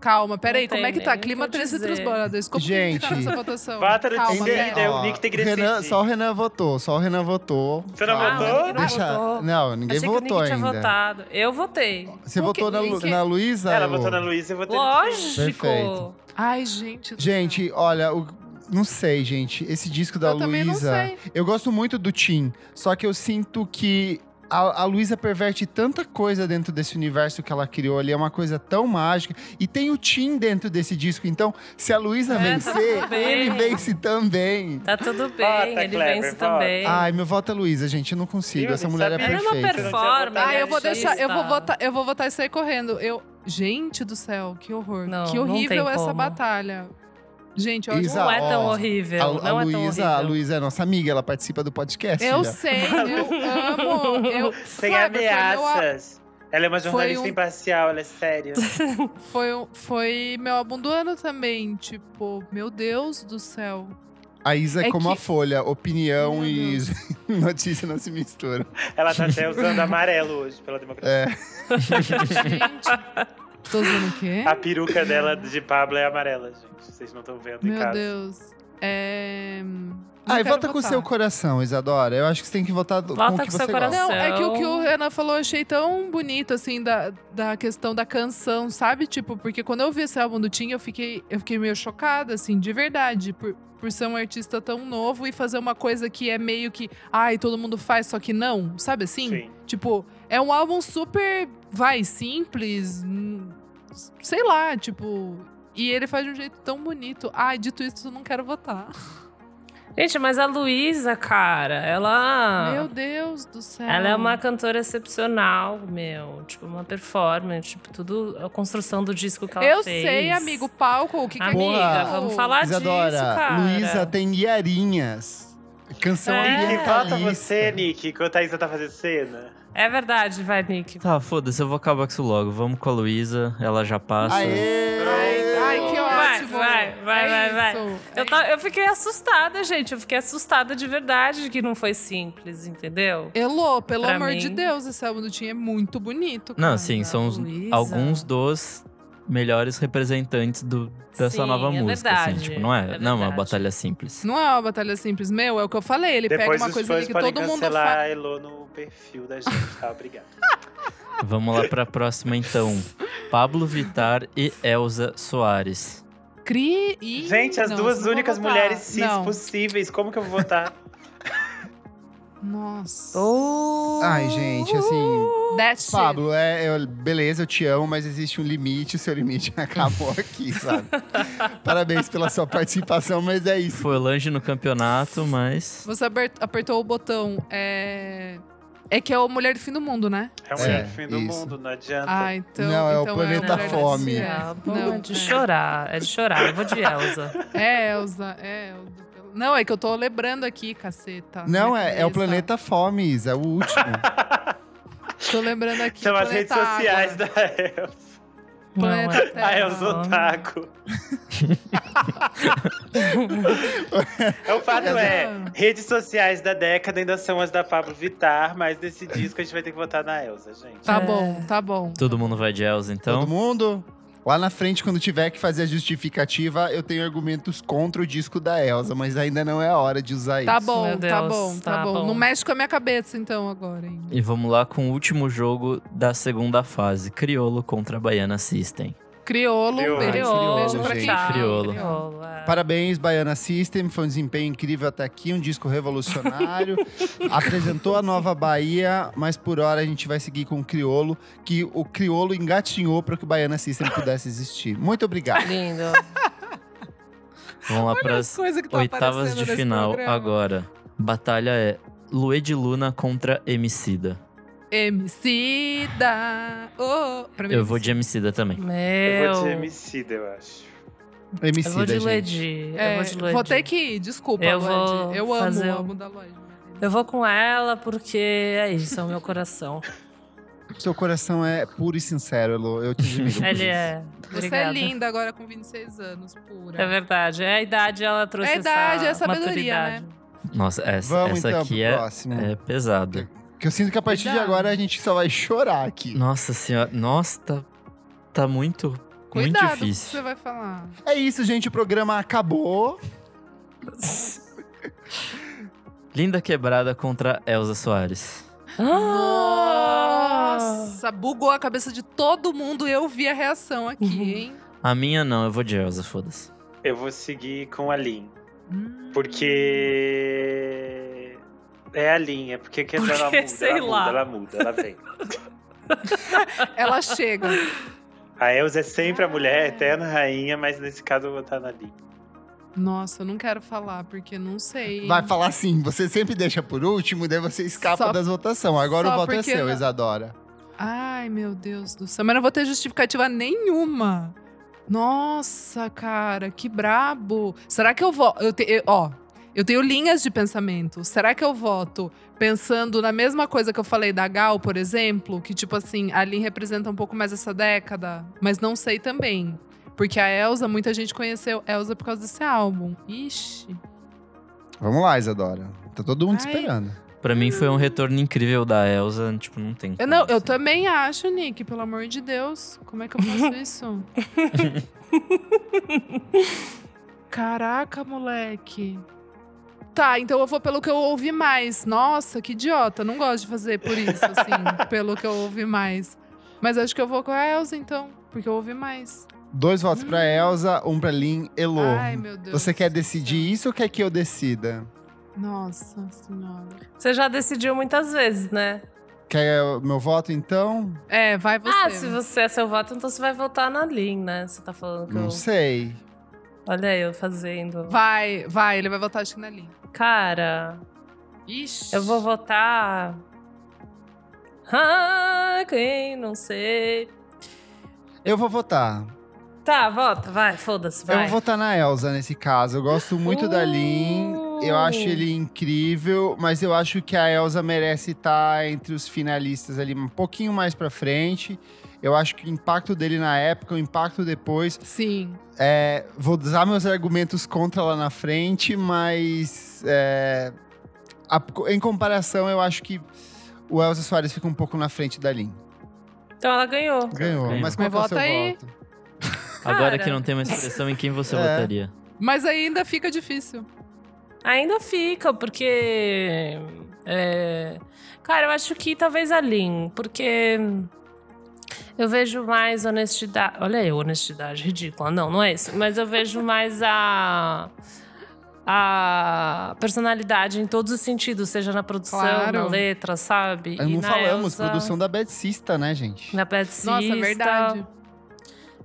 Calma, peraí, Não como tem é que nem tá? o que Clima eu 13 entre os dizer. brothers. Como que tá Gente, nessa votação? Bata no Calma, Tinder, peraí. né? O Nick tem que decidir. Renan- Só o Renan votou, só o Renan votou. Você não Calma. votou? Ah, ninguém não Deixa- votou. Não, ninguém Achei que votou o Nick tinha ainda. votado. Eu votei. Você Por votou quê? na, Lu- Ninguém- na Luísa? Ela Lu? votou na Luísa, eu votei no Lógico. Perfeito. Ai, gente. do céu. Gente, olha, o- não sei, gente. Esse disco da eu também não Luísa. sei. Eu gosto muito do Tim, só que eu sinto que a, a Luísa perverte tanta coisa dentro desse universo que ela criou ali. É uma coisa tão mágica. E tem o Tim dentro desse disco. Então, se a Luísa É, tá vencer, tudo bem. ele vence também. Tá tudo bem, Vota, ele Kleber, vence vota. também. Ai, meu voto é Luísa, gente. Eu não consigo. Viu? Essa Ele mulher é sabia. Ela é uma perfeita. perfeito. performance. Ah, Ai, eu vou artista. deixar, eu vou votar, eu vou votar isso aí correndo. Eu, gente do céu, que horror. Não, que não horrível tem essa como. batalha. Gente, eu acho Isa, Não é tão ó, horrível. A, a não é tão Luísa, a horrível. Luísa é nossa amiga, ela participa do podcast. né? Eu já. sei, eu amo. Eu, Sem Kleber, foi meu a- ameaças. Ela é uma Foi jornalista um- imparcial, ela é séria. Foi, um- foi meu álbum do ano também. Tipo, meu Deus do céu. A Isa é É como a que- Folha, opinião Meu e notícia não se misturam. Ela tá até usando amarelo hoje pela democracia. É, Gente. Tô usando o É. quê? A peruca dela de Pablo é amarela, gente. Vocês não estão vendo em Meu casa. Deus. É. não Ai, quero vota Ah, com o votar. seu coração, Isadora. Eu acho que você tem que votar do- Vota com o que com você seu gosta. coração. Não, é que o que o Renan falou eu achei tão bonito, assim, da, da questão da canção, sabe? Tipo, porque quando eu vi esse álbum do Tim, eu fiquei, eu fiquei meio chocada, assim, de verdade, por, por ser um artista tão novo e fazer uma coisa que é meio que, ai, todo mundo faz, só que não, sabe assim? Sim. Tipo, é um álbum super, vai, simples, hum, sei lá, tipo. E ele faz de um jeito tão bonito. Ai, dito isso, eu não quero votar. Gente, mas a Luísa, cara, ela. Meu Deus do céu. Ah. Ela é uma cantora excepcional, meu. Tipo, uma performance, tipo, tudo. A construção do disco que ela Eu fez. sei, amigo, palco, o que, que é Amiga, Porra. palco? vamos falar disso, Isadora, cara. Luísa tem guiarinhas. Canção É. Nick, ambientalista. vota você, Nick, enquanto a Isa tá fazendo cena. É verdade, vai, Nick. Tá, foda-se, eu vou acabar com isso logo. Vamos com a Luísa, ela já passa. Aê! Ai, que Vai, ótimo. vai, vai, É vai, isso, é Eu, ta- eu fiquei assustada, gente. Eu fiquei assustada de verdade de que não foi simples, entendeu? Elô, pelo Pra amor mim. de Deus, esse álbum do Tim é muito bonito. Não, cara. assim, são os- Né? Luísa. alguns dos melhores representantes do- dessa Sim, nova é música, verdade, assim, tipo, não é, é não é uma verdade. batalha simples. Não é uma batalha simples, meu, é o que eu falei. Ele Depois pega uma os coisa fãs ali que podem todo mundo cancelar faz. a Elo no perfil da gente, tá? Obrigado. Vamos lá pra próxima então. Pablo Vitar e Elza Soares. Cri e. Gente, as Não, duas não vou únicas votar. mulheres cis Não. possíveis. Como que eu vou votar? Nossa. Oh. Ai, gente, assim. That's it. Pablo, é, é- beleza, eu te amo, mas existe um limite, o seu limite acabou aqui, sabe? Parabéns pela sua participação, mas é isso. Foi longe no campeonato, mas. Você aper- apertou o botão. É. É que é o Mulher do Fim do Mundo, né? É o Sim, melhor fim do isso. mundo, não adianta. Ah, então. Não, é o então Planeta Mulher do Fome. Fim. Ah, bom, Não, é de chorar, é de chorar. Eu vou de Elsa. É, Elza, é, Elza. Não, é que eu tô lembrando aqui, caceta. Não, Minha é, é o cabeça. planeta Fome, Isa, é o último. Tô lembrando aqui. São as redes planeta sociais né? Ah, água, da Elsa. Planeta Não, é- A Terra. Elsa Otaku. o fato é, redes sociais da década ainda são as da Pablo Vittar, mas nesse disco a gente vai ter que votar na Elsa, gente. Tá É. bom, tá bom. Todo mundo vai de Elza então. Todo mundo? Lá na frente, quando tiver que fazer a justificativa, eu tenho argumentos contra o disco da Elsa, mas ainda não é a hora de usar Tá isso. bom, Meu tá Deus, bom, tá, tá bom. bom. Não mexe com a minha cabeça, então, agora, hein? E vamos lá com o último jogo da segunda fase: Criolo contra Baiana System. Criolo, um Criolo. beijo. Criolo, beijo pra quem gente. Criolo. Criolo, é. Parabéns, Baiana System. Foi um desempenho incrível até aqui, um disco revolucionário. Apresentou a nova Bahia, mas por hora a gente vai seguir com o Criolo, que o Criolo engatinhou para que o Baiana System pudesse existir. Muito obrigado. Lindo. Vamos lá para As coisas que tá oitavas aparecendo de nesse final programa. agora. Batalha é Luê de Luna contra Emicida. MC da. Oh, pra mim, Eu vou de Emicida também. Meu. Eu vou de Emicida, eu acho. MC Eu vou da de gente. Lady. É, eu vou de Lady. vou ter que ir, desculpa, Eu Lud. vou Eu amo, fazer amo um- da Lud. Eu vou com ela porque é isso, é o meu coração. Seu coração é puro e sincero, Elô. Eu te admiro. Ele é. Você Obrigada. é linda agora com 26 anos, pura. É verdade. É a idade, ela trouxe É a idade, é a essa sabedoria, maturidade. Nossa, essa, Vamos essa então aqui pro é, próximo. é pesada. Que eu sinto que a partir de Cuidado. agora a gente só vai chorar aqui. Nossa senhora, nossa, tá, tá muito, Cuidado com muito o que você difícil. vai falar. É isso, gente. O programa acabou. Linda Quebrada contra Elza Soares. Ah! Nossa, bugou a cabeça de todo mundo. Eu vi a reação aqui, hein? A minha não, eu vou de Elza, foda-se. Eu vou seguir com a Lin. Hum. Porque. É a Lin, é porque que Porque, ela muda, sei ela lá. muda, ela muda, ela vem. Ela chega. A Elza é sempre a mulher, Ah. eterna rainha, mas nesse caso eu vou votar na Lin. Nossa, eu não quero falar, porque não sei. Vai falar assim, você sempre deixa por último, daí você escapa Só- das votações. Agora só o voto é porque seu, não- Isadora. Ai, meu Deus do céu. Mas não vou ter justificativa nenhuma. Nossa, cara, que brabo. Será que eu voto. Eu te- eu- ó, eu tenho linhas de pensamento. Será que eu voto pensando na mesma coisa que eu falei da Gal, por exemplo? Que, tipo assim, a Lin representa um pouco mais essa década. Mas não sei também. Porque a Elsa, muita gente conheceu Elsa por causa desse álbum. Ixi. Vamos lá, Isadora. Tá todo mundo Ai. esperando. Pra mim foi um retorno incrível da Elza, tipo, não tem. Hum. Eu, como, não, eu assim. também acho, Nick, pelo amor de Deus. Como é que eu faço isso? Caraca, moleque. Tá, então eu vou pelo que eu ouvi mais. Nossa, que idiota. Não gosto de fazer por isso, assim, pelo que eu ouvi mais. Mas acho que eu vou com a Elsa, então, porque eu ouvi mais. Dois votos pra Elsa, um pra Lin. Elô, Hum. Ai, meu Deus. você quer do decidir isso ou quer que eu decida? céu. Nossa senhora. Você já decidiu muitas vezes, né? Quer o meu voto, então? É, vai você. Ah, se você é seu voto, então você vai votar na Lin, né? Você tá falando que Não eu... sei. Olha eu fazendo. Vai, vai, ele vai votar acho que na linha. Cara, Ixi. eu vou votar... Ah, quem? Não sei. Eu vou votar. Tá, vota, vai, foda-se, Eu vai. vou votar na Elsa nesse caso. Eu gosto muito da Lin. Eu acho Uh! ele incrível, mas eu acho que a Elsa merece estar entre os finalistas ali um pouquinho mais pra frente. Eu acho que o impacto dele na época, o impacto depois. Sim. é, vou usar meus argumentos contra lá na frente, mas é, a- em comparação, eu acho que o Elsa Soares fica um pouco na frente da Lin. Então ela ganhou. Ganhou. Ganhou. Mas qual Mas que é o seu vota aí. voto? Agora Cara. que não tem uma expressão, em quem você É. votaria? Mas aí ainda fica difícil. Ainda fica, porque. é, Cara, eu acho que talvez a Lin, porque Eu vejo mais honestidade. Olha aí, honestidade ridícula. Não, não é isso. Mas eu vejo mais a. A personalidade em todos os sentidos, seja na produção, na Claro. letra, sabe? Aí Não na falamos, Elsa, produção da Bad Sista, né, gente? Na petista. Nossa, é verdade.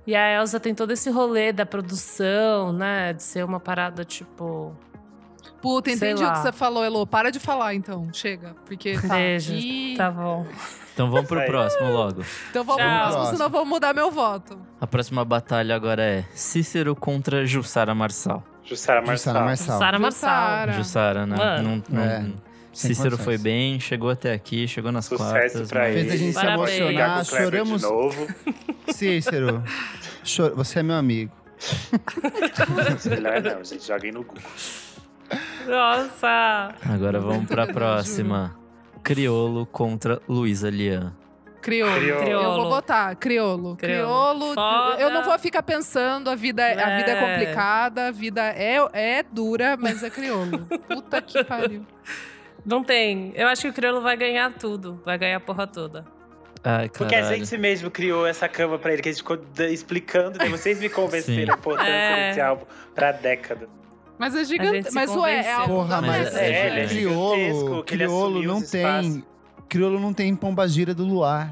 E a Elsa tem todo esse rolê da produção, né? De ser uma parada tipo. Puta, Sei entendi lá. o que você falou, Elô. Para de falar, então. Chega. Porque tá. Beijo. Ih, Tá bom. Então vamos pro Vai. próximo logo. Então vamos Tchau. pro próximo, senão eu vou mudar meu voto. A próxima batalha agora é Cícero contra Jussara Marçal. Jussara Marçal. Jussara Marçal. Sara Marçal. Jussara. Jussara, né? Mano. Não- não- É, Cícero condições. foi bem, chegou até aqui, chegou nas Sucesso quartas. pra mas- Fez ele. a gente se Parabéns. emocionar, Thiago Kleber choramos. De novo. Cícero, chor- você é meu amigo. Melhor não, gente. Joguem no Google. Nossa! Agora vamos pra próxima. Criolo contra Luísa Lian. Criolo. Criolo. Eu vou votar, criolo. Criolo. Criolo. Foda. Eu não vou ficar pensando, a vida, a É. vida é complicada, a vida é, é dura, mas é criolo. Puta que pariu. Não tem. Eu acho que o Criolo vai ganhar tudo. Vai ganhar a porra toda. Ai, Porque a caralho. gente mesmo criou essa cama pra ele, que a gente ficou da- explicando, daí vocês me Sim. convenceram a importância É. desse álbum pra década. Mas é A gente gigante. se Mas ué, é convenceu. algo Porra, da mas mas massa. é, é Criolo, gigantesco que ele criolo assumiu não os tem. espaços. Criolo não tem pombagira do luar.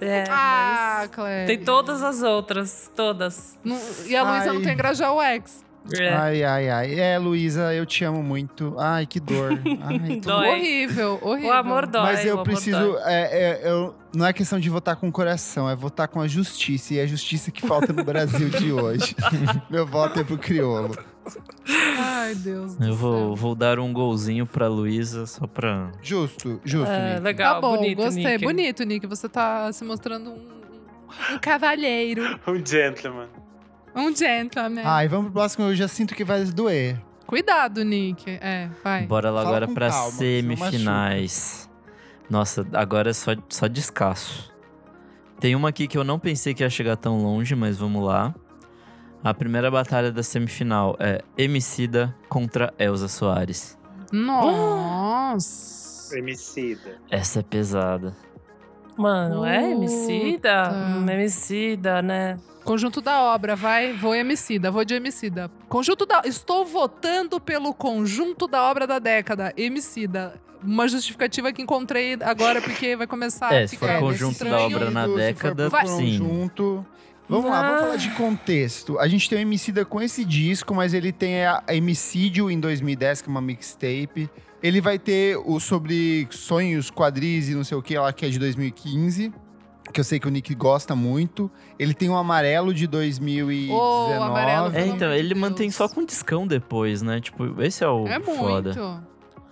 É, Ah, mas Claire. Tem todas as outras. Todas. Não- e a Luísa Ai. não tem Grajaú X. É. Ai, ai, ai. É, Luísa, eu te amo muito. Ai, que dor. Ai, tô... Dói. Horrível, horrível. O amor dói. Mas o eu amor preciso. dói. é, é, eu- não é questão de votar com o coração, é votar com a justiça. E é a justiça que falta no Brasil de hoje. Meu voto é pro criolo. Ai, Deus do Eu vou, céu. vou dar um golzinho pra Luísa só pra. Justo, justo. É, Nick. legal, tá bom, bonito, gostei. Nick. Bonito, Nick. Você tá se mostrando um, um cavalheiro, Um gentleman. um gentleman. Ah. Ai, vamos pro próximo, eu já sinto que vai doer. Cuidado, Nick. É, vai. Bora lá Fala agora com pra calma, senão semifinais. Nossa, agora é só, só descasso. Tem uma aqui que eu não pensei que ia chegar tão longe, mas vamos lá. A primeira batalha da semifinal é Emicida contra Elza Soares. Ah. Nossa! Emicida. Essa é pesada. Mano, é Emicida? Puta. Hum, Emicida, né? Conjunto da obra, vai. Vou emicida, vou de emicida. Conjunto da. Estou votando pelo conjunto da obra da década. Emicida. Uma justificativa que encontrei agora, porque vai começar É, a se for ficar conjunto estranho. da obra na Se for década, por sim. Conjunto. Vamos lá, vamos falar de contexto. A gente tem o Emicida com esse disco, mas ele tem a a Emicídio em 2010, que é uma mixtape. Ele vai ter o sobre sonhos, quadris e não sei o que lá, que é de 2015. Que eu sei que o Nick gosta muito. Ele tem o amarelo de 2019. Oh, o amarelo É, Pelo então, amor de ele mantém Deus. só com discão depois, né? Tipo, esse é o É muito. foda.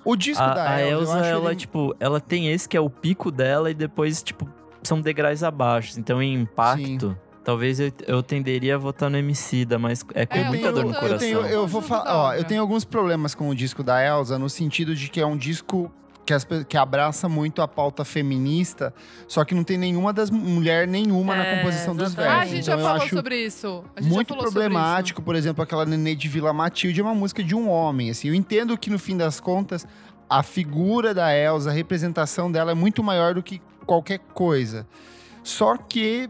O disco da A, a Elza, eu Elsa, acho ela, ele- tipo, ela tem esse que é o pico dela e depois, tipo, são degraus abaixo. Então, em impacto, talvez eu, eu tenderia a votar no Emicida, mas é com É, eu muita tenho- dor no eu coração. tenho- eu vou Conjunto da falar, ó, obra. eu tenho alguns problemas com o disco da Elsa no sentido de que é um disco que, as pe- que abraça muito a pauta feminista, só que não tem nenhuma das mulher nenhuma É, na composição dos exatamente. versos. Ah, a gente então eu já falou acho sobre isso. né? A gente já muito falou problemático, por exemplo, aquela Nenê de Vila Matilde é uma música de um homem, assim. Eu entendo que no fim das contas a figura da Elsa, a representação dela é muito maior do que qualquer coisa. Só que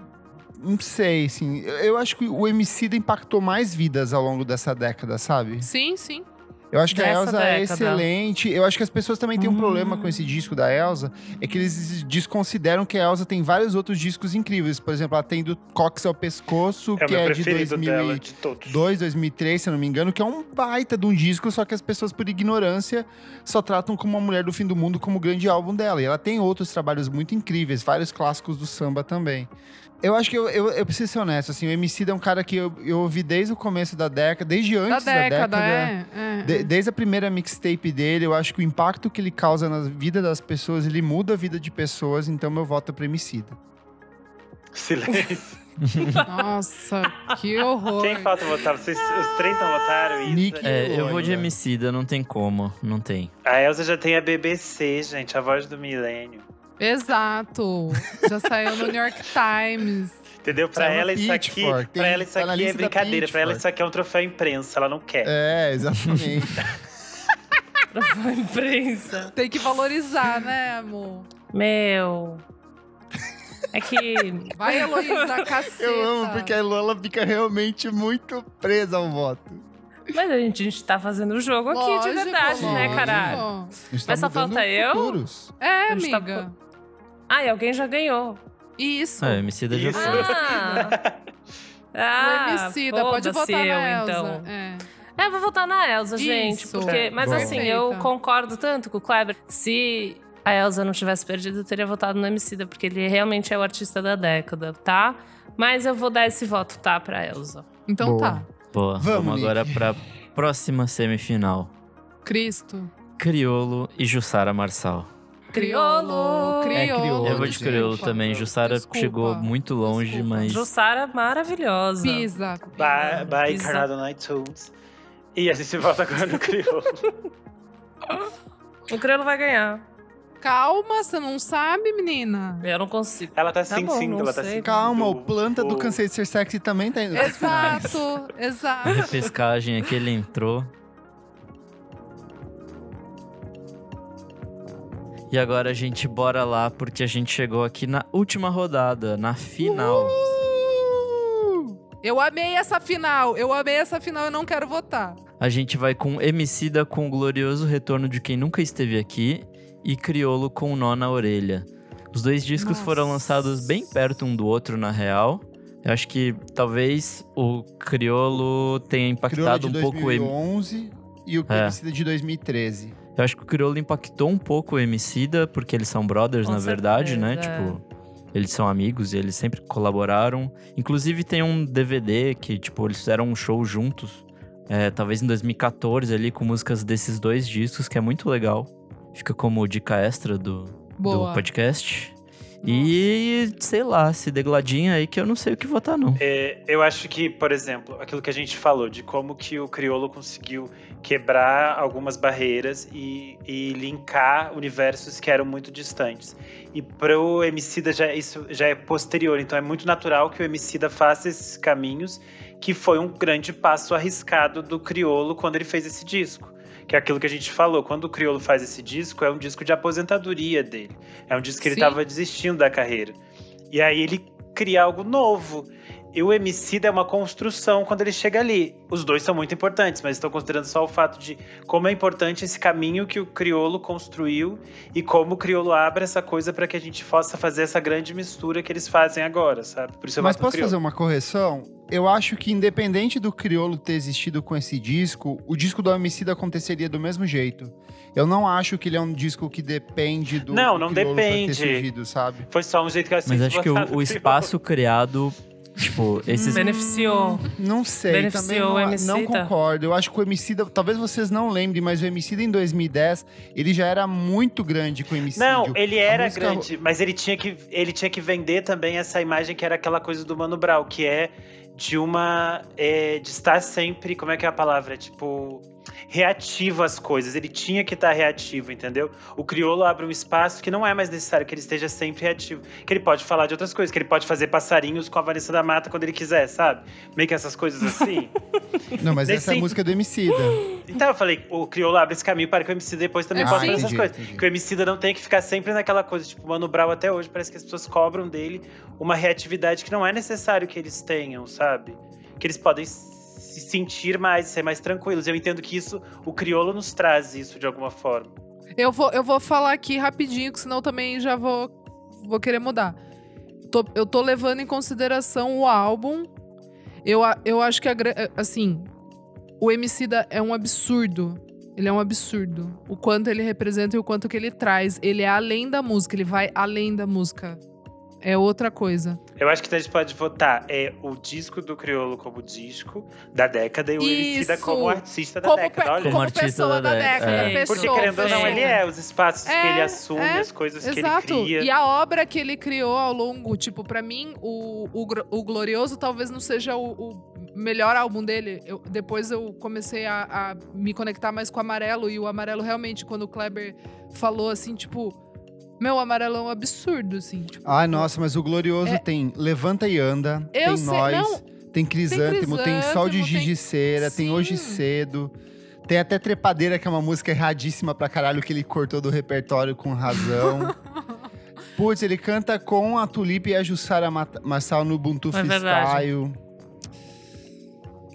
não sei, assim, eu- eu acho que o Emicida impactou mais vidas ao longo dessa década, sabe? Sobre isso. Sim, sim. Eu acho que a Dessa Elsa é década. excelente. Eu acho que as pessoas também têm um Hum. problema com esse disco da Elsa. É que eles desconsideram que a Elsa tem vários outros discos incríveis. Por exemplo, ela tem do Cox ao Pescoço, É o que meu é de preferido 2000 dela, e- de todos. 2002, 2003, se eu não me engano, que é um baita de um disco, só que as pessoas, por ignorância, só tratam como a Mulher do Fim do Mundo como o grande álbum dela. E ela tem outros trabalhos muito incríveis, vários clássicos do samba também. Eu acho que eu, eu, eu preciso ser honesto, assim, o MC é um cara que eu, eu ouvi desde o começo da década, desde Da antes da década, década. é. é. De- desde a primeira mixtape dele, eu acho que o impacto que ele causa na vida das pessoas, ele muda a vida de pessoas, então meu voto é pro Emicida. Silêncio. Nossa, que horror. Quem falta votar? Vocês, os três não votaram? Isso. Nick. É, eu vou de Olha. Emicida, não tem como, não tem. A Elsa já tem a BBC, gente. A voz do milênio. Exato. Já saiu no New York Times. Entendeu? Pra Saiu na ela, isso aqui, Pitchfork, tem- pra ela isso tá na aqui é lista da brincadeira. Pra ela Pitchfork. isso aqui é um troféu imprensa. Ela não quer. É, exatamente. Pra imprensa. Tem que valorizar, né, amor? Meu. É que. Vai, Heloísa, caceta. Eu amo, porque é a Lola fica realmente muito presa ao voto. Mas a gente, a gente tá fazendo o jogo aqui de Lógico, verdade, né, lógico. caralho? Isso tá Mas só mudando falta eu? futuros. É, A gente tá amiga. Ah, e alguém já ganhou. Isso. É, Emicida já Isso. foi. Ah! Ah, o Emicida, pode foda-se votar eu, na Elsa. então. É. É, vou votar na Elsa, gente. Isso. Porque, mas Boa. assim, eu Perfeita. concordo tanto com o Kleber. Se a Elsa não tivesse perdido, eu teria votado no Emicida, porque ele realmente é o artista da década, tá? Mas eu vou dar esse voto, tá, pra Elsa. Então Boa. tá. Boa, Vamos, vamos Nick. agora pra próxima semifinal. Cristo. Criolo e Jussara Marçal. Criolo. É, Criolo. criolo, eu vou de gente. Criolo também. Jussara Desculpa. chegou muito longe, Desculpa. mas. Jussara maravilhosa. Pisa. Vai, vai Pisa. encarnado no iTunes. E a gente volta agora no crioulo. Tá O Criolo vai ganhar. Calma, você não sabe, menina. Eu não consigo. Ela tá Tá sim, bom, sim, não ela tá sei. sim. Calma, o planta do Cansei de Ser Sexy também tá indo. Exato, A exato. repescagem aqui, ele entrou. E agora a gente bora lá, porque a gente chegou aqui na última rodada, na final. Eu amei essa final. Eu amei essa final. Eu não quero votar. A gente vai com Emicida com o glorioso retorno de quem nunca esteve aqui e Criolo com o nó na orelha. Os dois discos Nossa. foram lançados bem perto um do outro, na real. Eu acho que talvez o Criolo Crioulo é tenha impactado de um pouco o Em- 2011 e o É. Plebiscida de 2013. Eu acho que o Criolo impactou um pouco o Emicida, porque eles são brothers, Com na verdade, né? certeza, é. Tipo, eles são amigos e eles sempre colaboraram. Inclusive, tem um DVD que, tipo, eles fizeram um show juntos. é, talvez em 2014 ali, com músicas desses dois discos, que é muito legal. Fica como dica extra do, do Boa. podcast. E, sei lá, se degladinha aí que eu não sei o que votar, não. É, eu acho que, por exemplo, aquilo que a gente falou de como que o crioulo conseguiu quebrar algumas barreiras e, e linkar universos que eram muito distantes. E pro Emicida já isso já é posterior, então é muito natural que o Emicida faça esses caminhos, que foi um grande passo arriscado do crioulo quando ele fez esse disco. Que é aquilo que a gente falou, quando o Criolo faz esse disco, é um disco de aposentadoria dele. É um disco que ele Sim. estava desistindo da carreira. E aí ele cria algo novo. E o Emicida é uma construção quando ele chega ali. Os dois são muito importantes, mas estou considerando só o fato de como é importante esse caminho que o Criolo construiu e como o Criolo abre essa coisa para que a gente possa fazer essa grande mistura que eles fazem agora, sabe? Por isso eu Mas gosto do posso fazer Criolo. uma correção? Eu acho que, independente do Criolo ter existido com esse disco, o disco do Homicida aconteceria do mesmo jeito. Eu não acho que ele é um disco que depende do. Não, do não Criolo pra depende. Ter surgido, sabe? Foi só um jeito que eu Mas aceito acho que o, votar o no Criolo. espaço criado, Hum. tipo, esses Beneficiou. Não sei, Beneficiou também o não, não Emicida? tá? concordo. Eu acho que o Emicida, talvez vocês não lembrem, mas o Emicida em 2010, ele já era muito grande com o Emicídio. Não, ele era música- grande, mas ele tinha, que, ele tinha que vender também essa imagem que era aquela coisa do Mano Brown, que é de uma. é, de estar sempre. Como é que é a palavra? Tipo. Reativo às coisas, ele tinha que estar reativo, entendeu? O crioulo abre um espaço que não é mais necessário que ele esteja sempre reativo, que ele pode falar de outras coisas, que ele pode fazer passarinhos com a Vanessa da Mata quando ele quiser, sabe? Meio que essas coisas assim. Não, mas essa é a Nesse- música do Emicida. Então eu falei, o crioulo abre esse caminho para que o MC depois também É, possa sim. fazer essas Ah, Entendi, coisas. entendi. Que o Emicida não tem que ficar sempre naquela coisa, tipo, o Mano Brown até hoje, parece que as pessoas cobram dele uma reatividade que não é necessário que eles tenham, sabe? Que eles podem se sentir mais, ser mais tranquilos. Eu entendo que isso, o crioulo nos traz isso de alguma forma. Eu vou, eu vou falar aqui rapidinho, que senão eu também já vou, vou querer mudar. Tô- eu tô levando em consideração o álbum. Eu, a- eu acho que, a, gra- assim, o Emicida é um absurdo. Ele é um absurdo. O quanto ele representa e o quanto que ele traz. Ele é além da música, ele vai além da música. É outra coisa. Eu acho que a gente pode votar é o disco do crioulo como disco da década e o Emicida Isso. como artista da Como, pe- década. Olha. Como como artista pessoa da da década, década. é. Fechou, Porque querendo ou não, fechou. ele é os espaços que É, ele assume, é, as coisas Exato. que ele cria. E a obra que ele criou ao longo, tipo, pra mim, o, o, Gro- o Glorioso talvez não seja o, o melhor álbum dele. Eu- depois eu comecei a, a me conectar mais com o Amarelo, e o Amarelo realmente, quando o Kleber falou assim, tipo, meu, o Amarelo é um absurdo, assim. Tipo, Ai, Ah, nossa, mas o Glorioso tem Levanta e Anda, É. tem Eu sei- Nós, não, tem Crisântemo, tem, Sol de Crisântemo, Giz de tem- Cera, tem Hoje Sim. Cedo. Tem até Trepadeira, que é uma música erradíssima pra caralho, que ele cortou do repertório com razão. Putz, ele canta com a Tulipe e a Jussara Mata- Massal no Ubuntu É verdade. Freestyle.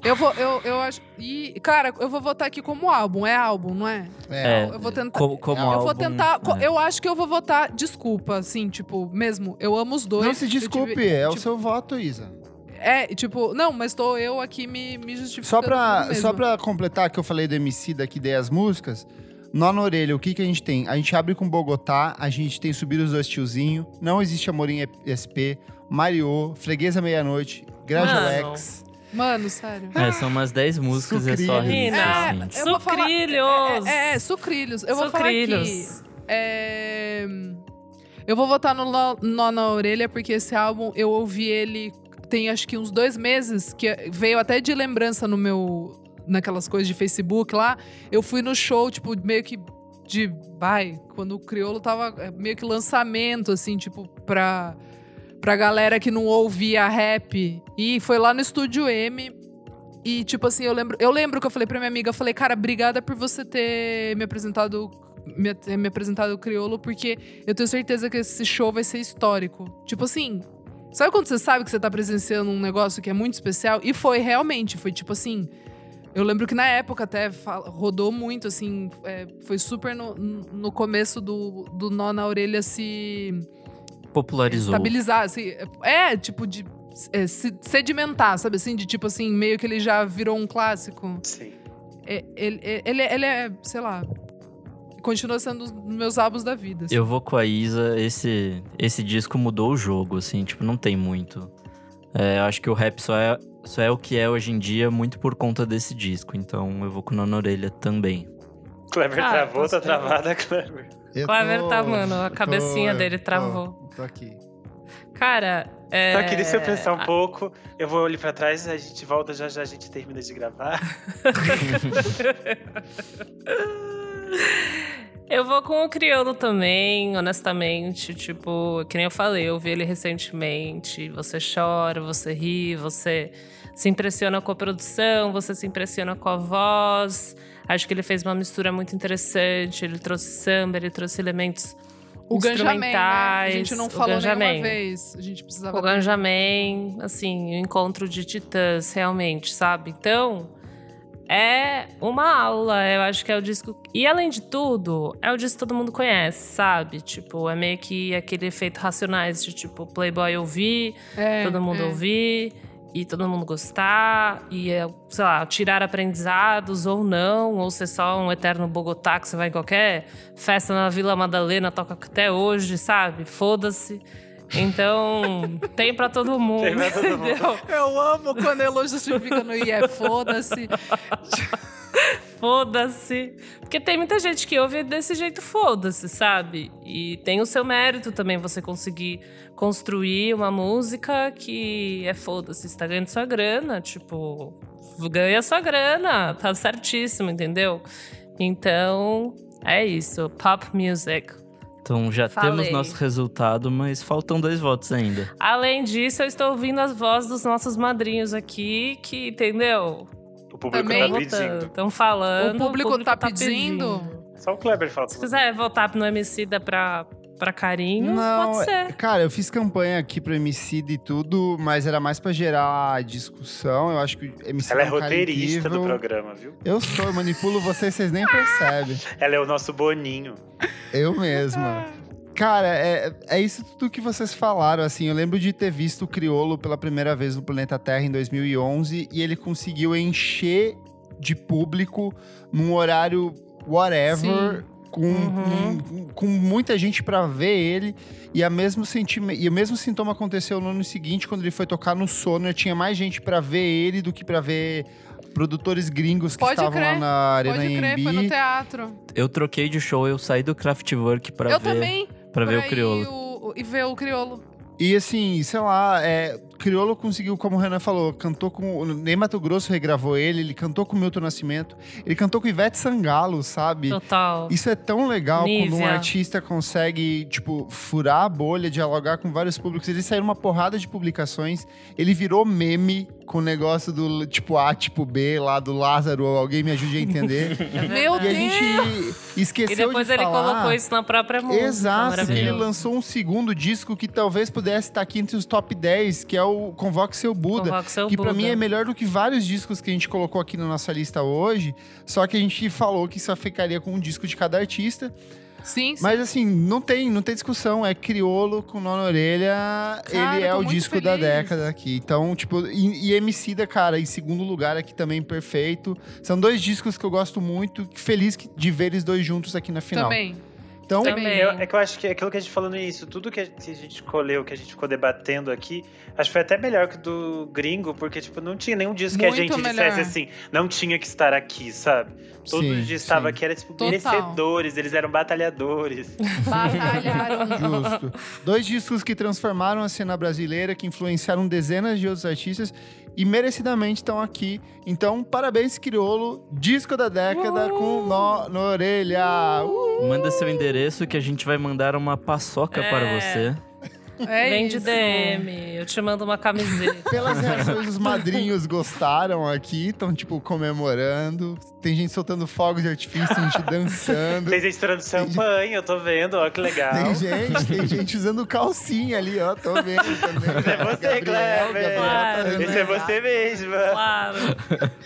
Eu vou, eu, eu acho. E, cara, eu vou votar aqui como álbum. É álbum, não é? É. Eu vou tentar. Como, como Eu eu álbum, vou tentar. co- né? Eu acho que eu vou votar desculpa, assim, tipo, mesmo. Eu amo os dois. Não se eu tive- desculpe, é o tipo, seu voto, Isa. É, tipo, não, mas tô eu aqui me, me justificando. Só pra, mesmo. só pra completar que eu falei do MC da que dei as músicas, nó na orelha, o que, que a gente tem? A gente abre com Bogotá, a gente tem Subir os Dois Tiozinho, Não Existe Amor em SP, Mariô, Freguesa Meia-Noite, Mano, Graduex. Mano, sério. É, É, são umas 10 músicas, é só Sucrilhos. remix, Menina. assim. eu vou falar- Sucrilhos! É, é, é, sucrilhos. Eu vou falar aqui. Sucrilhos. É, Eu vou votar no Lo- Nó na Orelha, porque esse álbum eu ouvi ele tem acho que uns dois meses, que veio até de lembrança no meu. naquelas coisas de Facebook lá. Eu fui no show, tipo, meio que de. Vai, quando o crioulo tava é, meio que lançamento, assim, tipo, pra. Pra galera que não ouvia rap. E foi lá no Estúdio M. E, tipo assim, eu lembro, eu lembro que eu falei pra minha amiga, eu falei, cara, obrigada por você ter me apresentado. Me, ter me apresentado o crioulo, porque eu tenho certeza que esse show vai ser histórico. Tipo assim, sabe quando você sabe que você tá presenciando um negócio que é muito especial? E foi realmente, foi tipo assim. Eu lembro que na época até fal- rodou muito, assim, é, foi super no, no começo do, do nó na orelha se Popularizou. estabilizar, assim, é, tipo, de é, se- sedimentar, sabe assim? De tipo assim, meio que ele já virou um clássico. Sim. É, ele, é- ele, é- ele é, sei lá, continua sendo um dos meus álbuns da vida. assim. Eu vou com a Isa, esse, esse disco mudou o jogo, assim, tipo, não tem muito. É, eu acho que o rap só é, só é o que é hoje em dia, muito por conta desse disco, então eu vou com o Nona Orelha também. Kleber Ah, travou, posso tá travada, Kleber. Eu Kleber tô- tá, mano, a tô- é, cabecinha dele tô- travou. Tô aqui. Cara, é... Só queria se eu pensar um pouco. Eu vou ali pra trás, a gente volta já já, a gente termina de gravar. Eu vou com o Criolo também, honestamente. Tipo, que nem eu falei, eu vi ele recentemente. Você chora, você ri, você se impressiona com a produção, você se impressiona com a voz. Acho que ele fez uma mistura muito interessante. Ele trouxe samba, ele trouxe elementos o Ganjamin, né? A instrumentais. gente não o falou Ganjamin. nenhuma vez. A gente precisava... O Ganjamin, assim, o encontro de titãs, realmente, sabe? Então, é uma aula, eu acho que é o disco. E além de tudo, é o disco que todo mundo conhece, sabe? Tipo, é meio que aquele efeito racionais de tipo, Playboy ouvir, É, todo mundo é. ouvir e todo mundo gostar e é, sei lá tirar aprendizados ou não ou ser só um eterno Bogotá que você vai em qualquer festa na Vila Madalena toca até hoje sabe foda-se então tem pra todo mundo Tem pra todo mundo. entendeu Eu amo quando elogio se fica no IE, foda-se. foda-se porque tem muita gente que ouve desse jeito foda-se sabe e tem o seu mérito também você conseguir construir uma música que é foda-se, está ganhando sua grana, tipo, ganha sua grana, tá certíssimo, entendeu? Então, é isso, pop music. Então já Falei. temos nosso resultado, mas faltam dois votos ainda. Além disso, eu estou ouvindo as vozes dos nossos madrinhos aqui, que, entendeu? O público Também. tá pedindo. Estão falando. O público tá pedindo? Só o Kleber fala. Se quiser votar no MC da pra, pra carinho, Não, é pode ser. Cara, eu fiz campanha aqui pro MC e tudo, mas era mais pra gerar discussão. Eu acho que o MC Ela é um cara roteirista do incrível. programa, viu? Eu sou, eu manipulo vocês, vocês nem percebem. Ela é o nosso boninho. Eu mesma. Cara, é, é isso tudo que vocês falaram, assim. Eu lembro de ter visto o Criolo pela primeira vez no Planeta Terra em 2011 e ele conseguiu encher de público num horário whatever, com, Uhum. com, com muita gente pra ver ele. E, a mesmo sentime- e o mesmo sintoma aconteceu no ano seguinte, quando ele foi tocar no Sono. Tinha mais gente pra ver ele do que pra ver produtores gringos que Pode estavam lá crer, na Arena Pode crer, foi no AMB. teatro. Eu troquei de show, eu saí do Kraftwerk pra eu ver, também. pra ver ir o Criolo. o- E ver o Criolo. E assim, sei lá, é, Criolo conseguiu, como o Renan falou, cantou com. O Ney Mato Grosso regravou ele, ele cantou com o Milton Nascimento, ele cantou com Ivete Sangalo, sabe? Total. Isso é tão legal como um Nívea. artista consegue, tipo, furar a bolha, dialogar com vários públicos. Ele saiu numa porrada de publicações, ele virou meme com o negócio do tipo A, tipo B, lá do Lázaro, ou alguém me ajude a entender. Meu Uhum. e a Deus! gente esqueceu E depois de ele falar- colocou isso na própria música. Exato, que ele maravilhoso. lançou um segundo disco que talvez pudesse estar aqui entre os top 10, que é o Convoque Seu Buda. Convoque Seu que pra Buda. mim é melhor do que vários discos que a gente colocou aqui na nossa lista hoje. Só que a gente falou que só ficaria com um disco de cada artista. Sim, sim. Mas assim, não tem, não tem discussão. É Criolo com Nona Orelha. Cara, ele é tô o muito disco da feliz. década aqui. Então, tipo, e, e MC da cara, em segundo lugar aqui também perfeito. São dois discos que eu gosto muito. Feliz que- de ver eles dois juntos aqui na final. também. Então, Também. Eu- é que eu acho que aquilo que a gente falou no início, tudo que a que a gente escolheu, que a gente ficou debatendo aqui, acho que foi até melhor que o do gringo, porque, tipo, não tinha nenhum disco que a Muito gente melhor. dissesse assim, não tinha que estar aqui, sabe? Todos sim, os dias estavam sim. aqui, eram, tipo, Total. merecedores, eles eram batalhadores. Batalharam. Justo. Dois discos que transformaram a cena brasileira, que influenciaram dezenas de outros artistas e merecidamente estão aqui. Então, parabéns, Criolo, disco da década com Uh! nó na orelha. Uh! Manda seu endereço que a gente vai mandar uma paçoca É. para você. É Vem de isso. DM, eu te mando uma camiseta. Pelas reações, os madrinhos gostaram aqui, estão, tipo, comemorando. Tem gente soltando fogos de artifício, tem gente dançando. Vocês estourando champanhe, eu tô vendo, ó, que legal. Tem gente, tem gente usando calcinha ali, ó. Tô vendo também. É você, Gabriel, Kleber. Gabriel tá Claro, dando Esse é risada. você mesma. claro.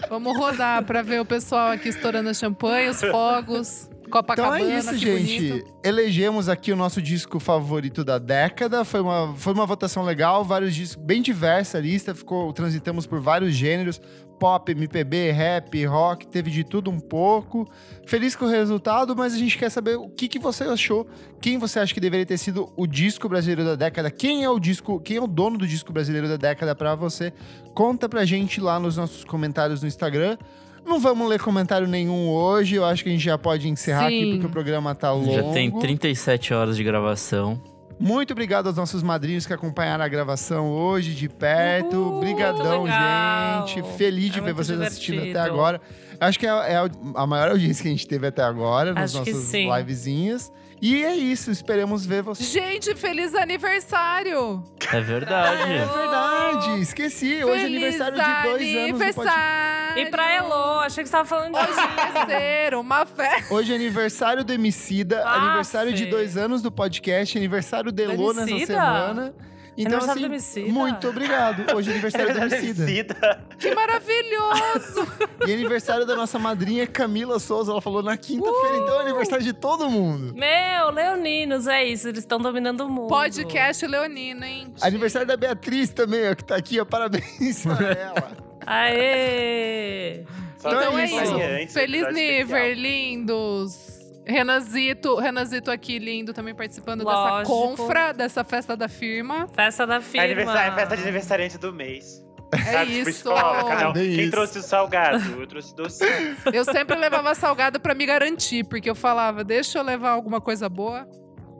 Vamos rodar pra ver o pessoal aqui estourando a champanhe, os fogos, Então Copacabana, é isso, que gente. bonito. Elegemos aqui o nosso disco favorito da década. Foi uma, foi uma votação legal, vários discos, bem diversa a lista. Ficou, transitamos por vários gêneros: pop, MPB, rap, rock, teve de tudo um pouco. Feliz com o resultado, mas a gente quer saber o que, que você achou, quem você acha que deveria ter sido o disco brasileiro da década, quem é o disco, quem é o dono do disco brasileiro da década pra você. Conta pra gente lá nos nossos comentários no Instagram. Não vamos ler comentário nenhum hoje, eu acho que a gente já pode encerrar aqui Sim. porque o programa tá longo. Já tem 37 horas de gravação. Muito obrigado aos nossos madrinhos que acompanharam a gravação hoje de perto. Uhul, Obrigadão, muito legal. gente. Feliz de É ver muito vocês assistindo até divertido. agora. Acho que é, é a- a maior audiência que a gente teve até agora nas Acho que nossas sim. livezinhas. E é isso, esperamos ver vocês. Gente, feliz aniversário! É verdade. É Oh, verdade, esqueci. Hoje é aniversário de dois anos. do podcast. aniversário! E pra Elo, achei que você tava falando de Ser uma festa. Hoje é aniversário do Emicida, Ah, aniversário de Fê. dois anos do podcast, aniversário de Do Elô nessa Emicida? semana. Então, Aniversário assim, do Emicida? muito obrigado. Hoje é aniversário do tá Emicida. Emicida. Que maravilhoso! E aniversário da nossa madrinha Camila Souza. Ela falou na quinta-feira, então Uh! é aniversário de todo mundo. Meu, leoninos, é isso, eles estão dominando o mundo. Podcast Leonino, hein? Aniversário da Beatriz também, ó, que tá aqui, ó. Parabéns pra ela. Aê! Só Então Então é é tem isso. amanhã, isso. esse Feliz episódio Niver, especial. lindos! Renanzito, Renanzito aqui, lindo, também participando dessa Lógico. confra, dessa festa da firma. Festa da firma. É Aniversário, festa de aniversariante do mês. É Sabe, isso! tipo, escola, cada um. Bem Quem É isso. trouxe o salgado? Eu trouxe docinho. Eu sempre levava salgado pra me garantir, porque eu falava, deixa eu levar alguma coisa boa.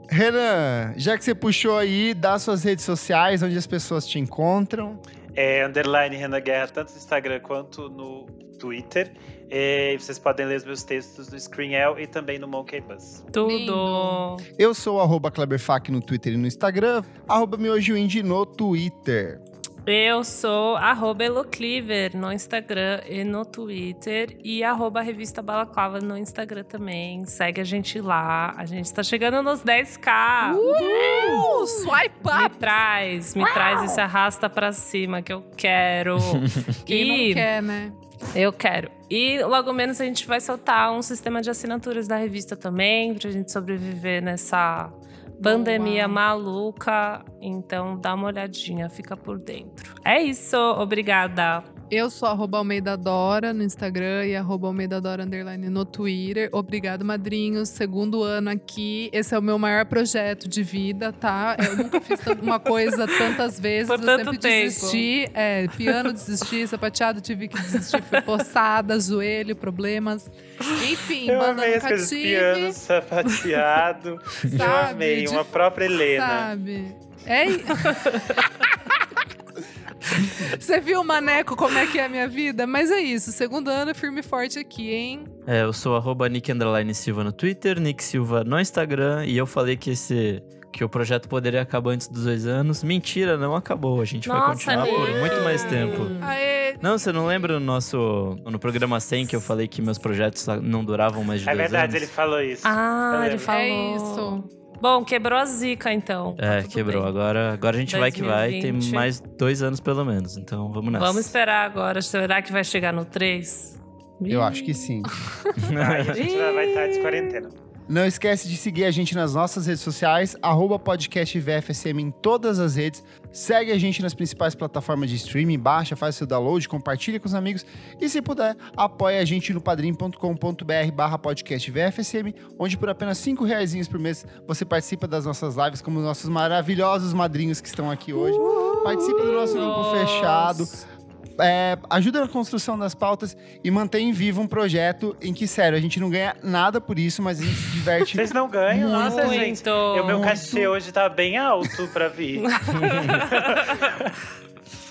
Renan, já que você puxou aí, dá suas redes sociais, onde as pessoas te encontram. É, underline Renan Guerra, tanto no Instagram quanto no Twitter. É, e vocês podem ler os meus textos no Screenel e também no Monkey Bus. Tudo. Lindo. Eu sou o arroba Kleberfac no Twitter e no Instagram. Arroba Miojoindy no Twitter. Eu sou arroba Elocliver no Instagram e no Twitter. E arroba Revista Balaclava no Instagram também. Segue a gente lá. A gente tá chegando nos 10k. Uh, swipe Me up! traz, me traz esse arrasta pra cima que eu quero. Quem e não quer, né? eu quero. E logo menos a gente vai soltar um sistema de assinaturas da revista também, pra gente sobreviver nessa pandemia Boa. maluca. Então dá uma olhadinha, fica por dentro. É isso, obrigada. Eu sou arroba Almeida Dora no Instagram e arroba Almeida Dora underline no Twitter. Obrigado, madrinhos. Segundo ano aqui. Esse é o meu maior projeto de vida, tá? Eu nunca fiz tan- uma coisa tantas vezes. Por eu tanto sempre tempo. desisti. É, piano desisti, sapateado tive que desistir. Fui poçada, joelho, problemas. Enfim, Eu banda amei as nunca coisas tive. piano, sapateado. Eu Sabe, amei, de- uma própria Helena. Sabe? É, i- Você viu, Maneco, como é que é a minha vida? Mas é isso, segundo ano, firme e forte aqui, hein? É, eu sou arroba Nick Underline Silva no Twitter, Nick Silva no Instagram, e eu falei que esse. Que o projeto poderia acabar antes dos dois anos. Mentira, não acabou. A gente vai Nossa, continuar por Nick. muito mais tempo. Aê, Não, você não lembra no nosso. No programa 100 que eu falei que meus projetos não duravam mais de É dois verdade, ele anos? falou isso. Ah, ele É falou. é isso. Bom, quebrou a zica, então. Tá É, tudo quebrou. bem. Agora, agora a gente vai que vai. Tem 2020. mais dois anos pelo menos. Então vamos nessa. Vamos esperar agora. Será que vai chegar no 3? Eu acho que sim. Aí a gente já vai estar de quarentena. Não esquece de seguir a gente nas nossas redes sociais, arroba podcast VFSM em todas as redes. Segue a gente nas principais plataformas de streaming, baixa, faz seu download, compartilha com os amigos e, se puder, apoia a gente no padrim.com.br barra podcast VFSM, onde por apenas cinco reais por mês você participa das nossas lives como os nossos maravilhosos madrinhos que estão aqui hoje. Participa do nosso grupo fechado, é, ajuda na construção das pautas e mantém vivo um projeto em que, sério, a gente não ganha nada por isso, mas a gente se diverte. Vocês não ganham, nossa, Muito. gente. O meu cachê hoje tá bem alto pra vir.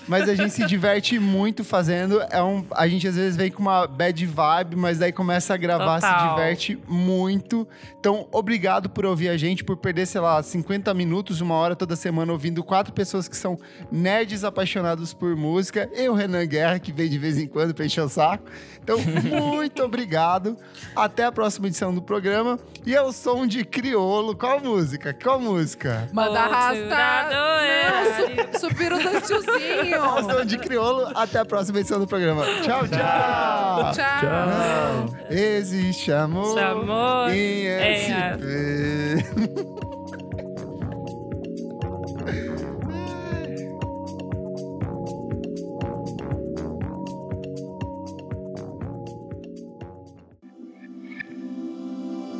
mas a gente se diverte muito fazendo. É um, a gente às vezes vem com uma bad vibe, mas daí começa a gravar, se Total. diverte muito. Então, obrigado por ouvir a gente, por perder, sei lá, 50 minutos, uma hora toda semana, ouvindo quatro pessoas que são nerds apaixonados por música. E o Renan Guerra, que vem de vez em quando pra encher o saco. Então, muito obrigado. Até a próxima edição do programa. E é o som de criolo. Qual música? Qual música? Manda arrasta. é. Subiram dois É o tiozinhos. som de criolo. Até a próxima edição do programa. Tchau, tchau. Tchau. Não existe amor. Chamou. em É. SP.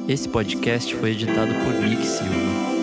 Esse podcast foi editado por Nick Silva.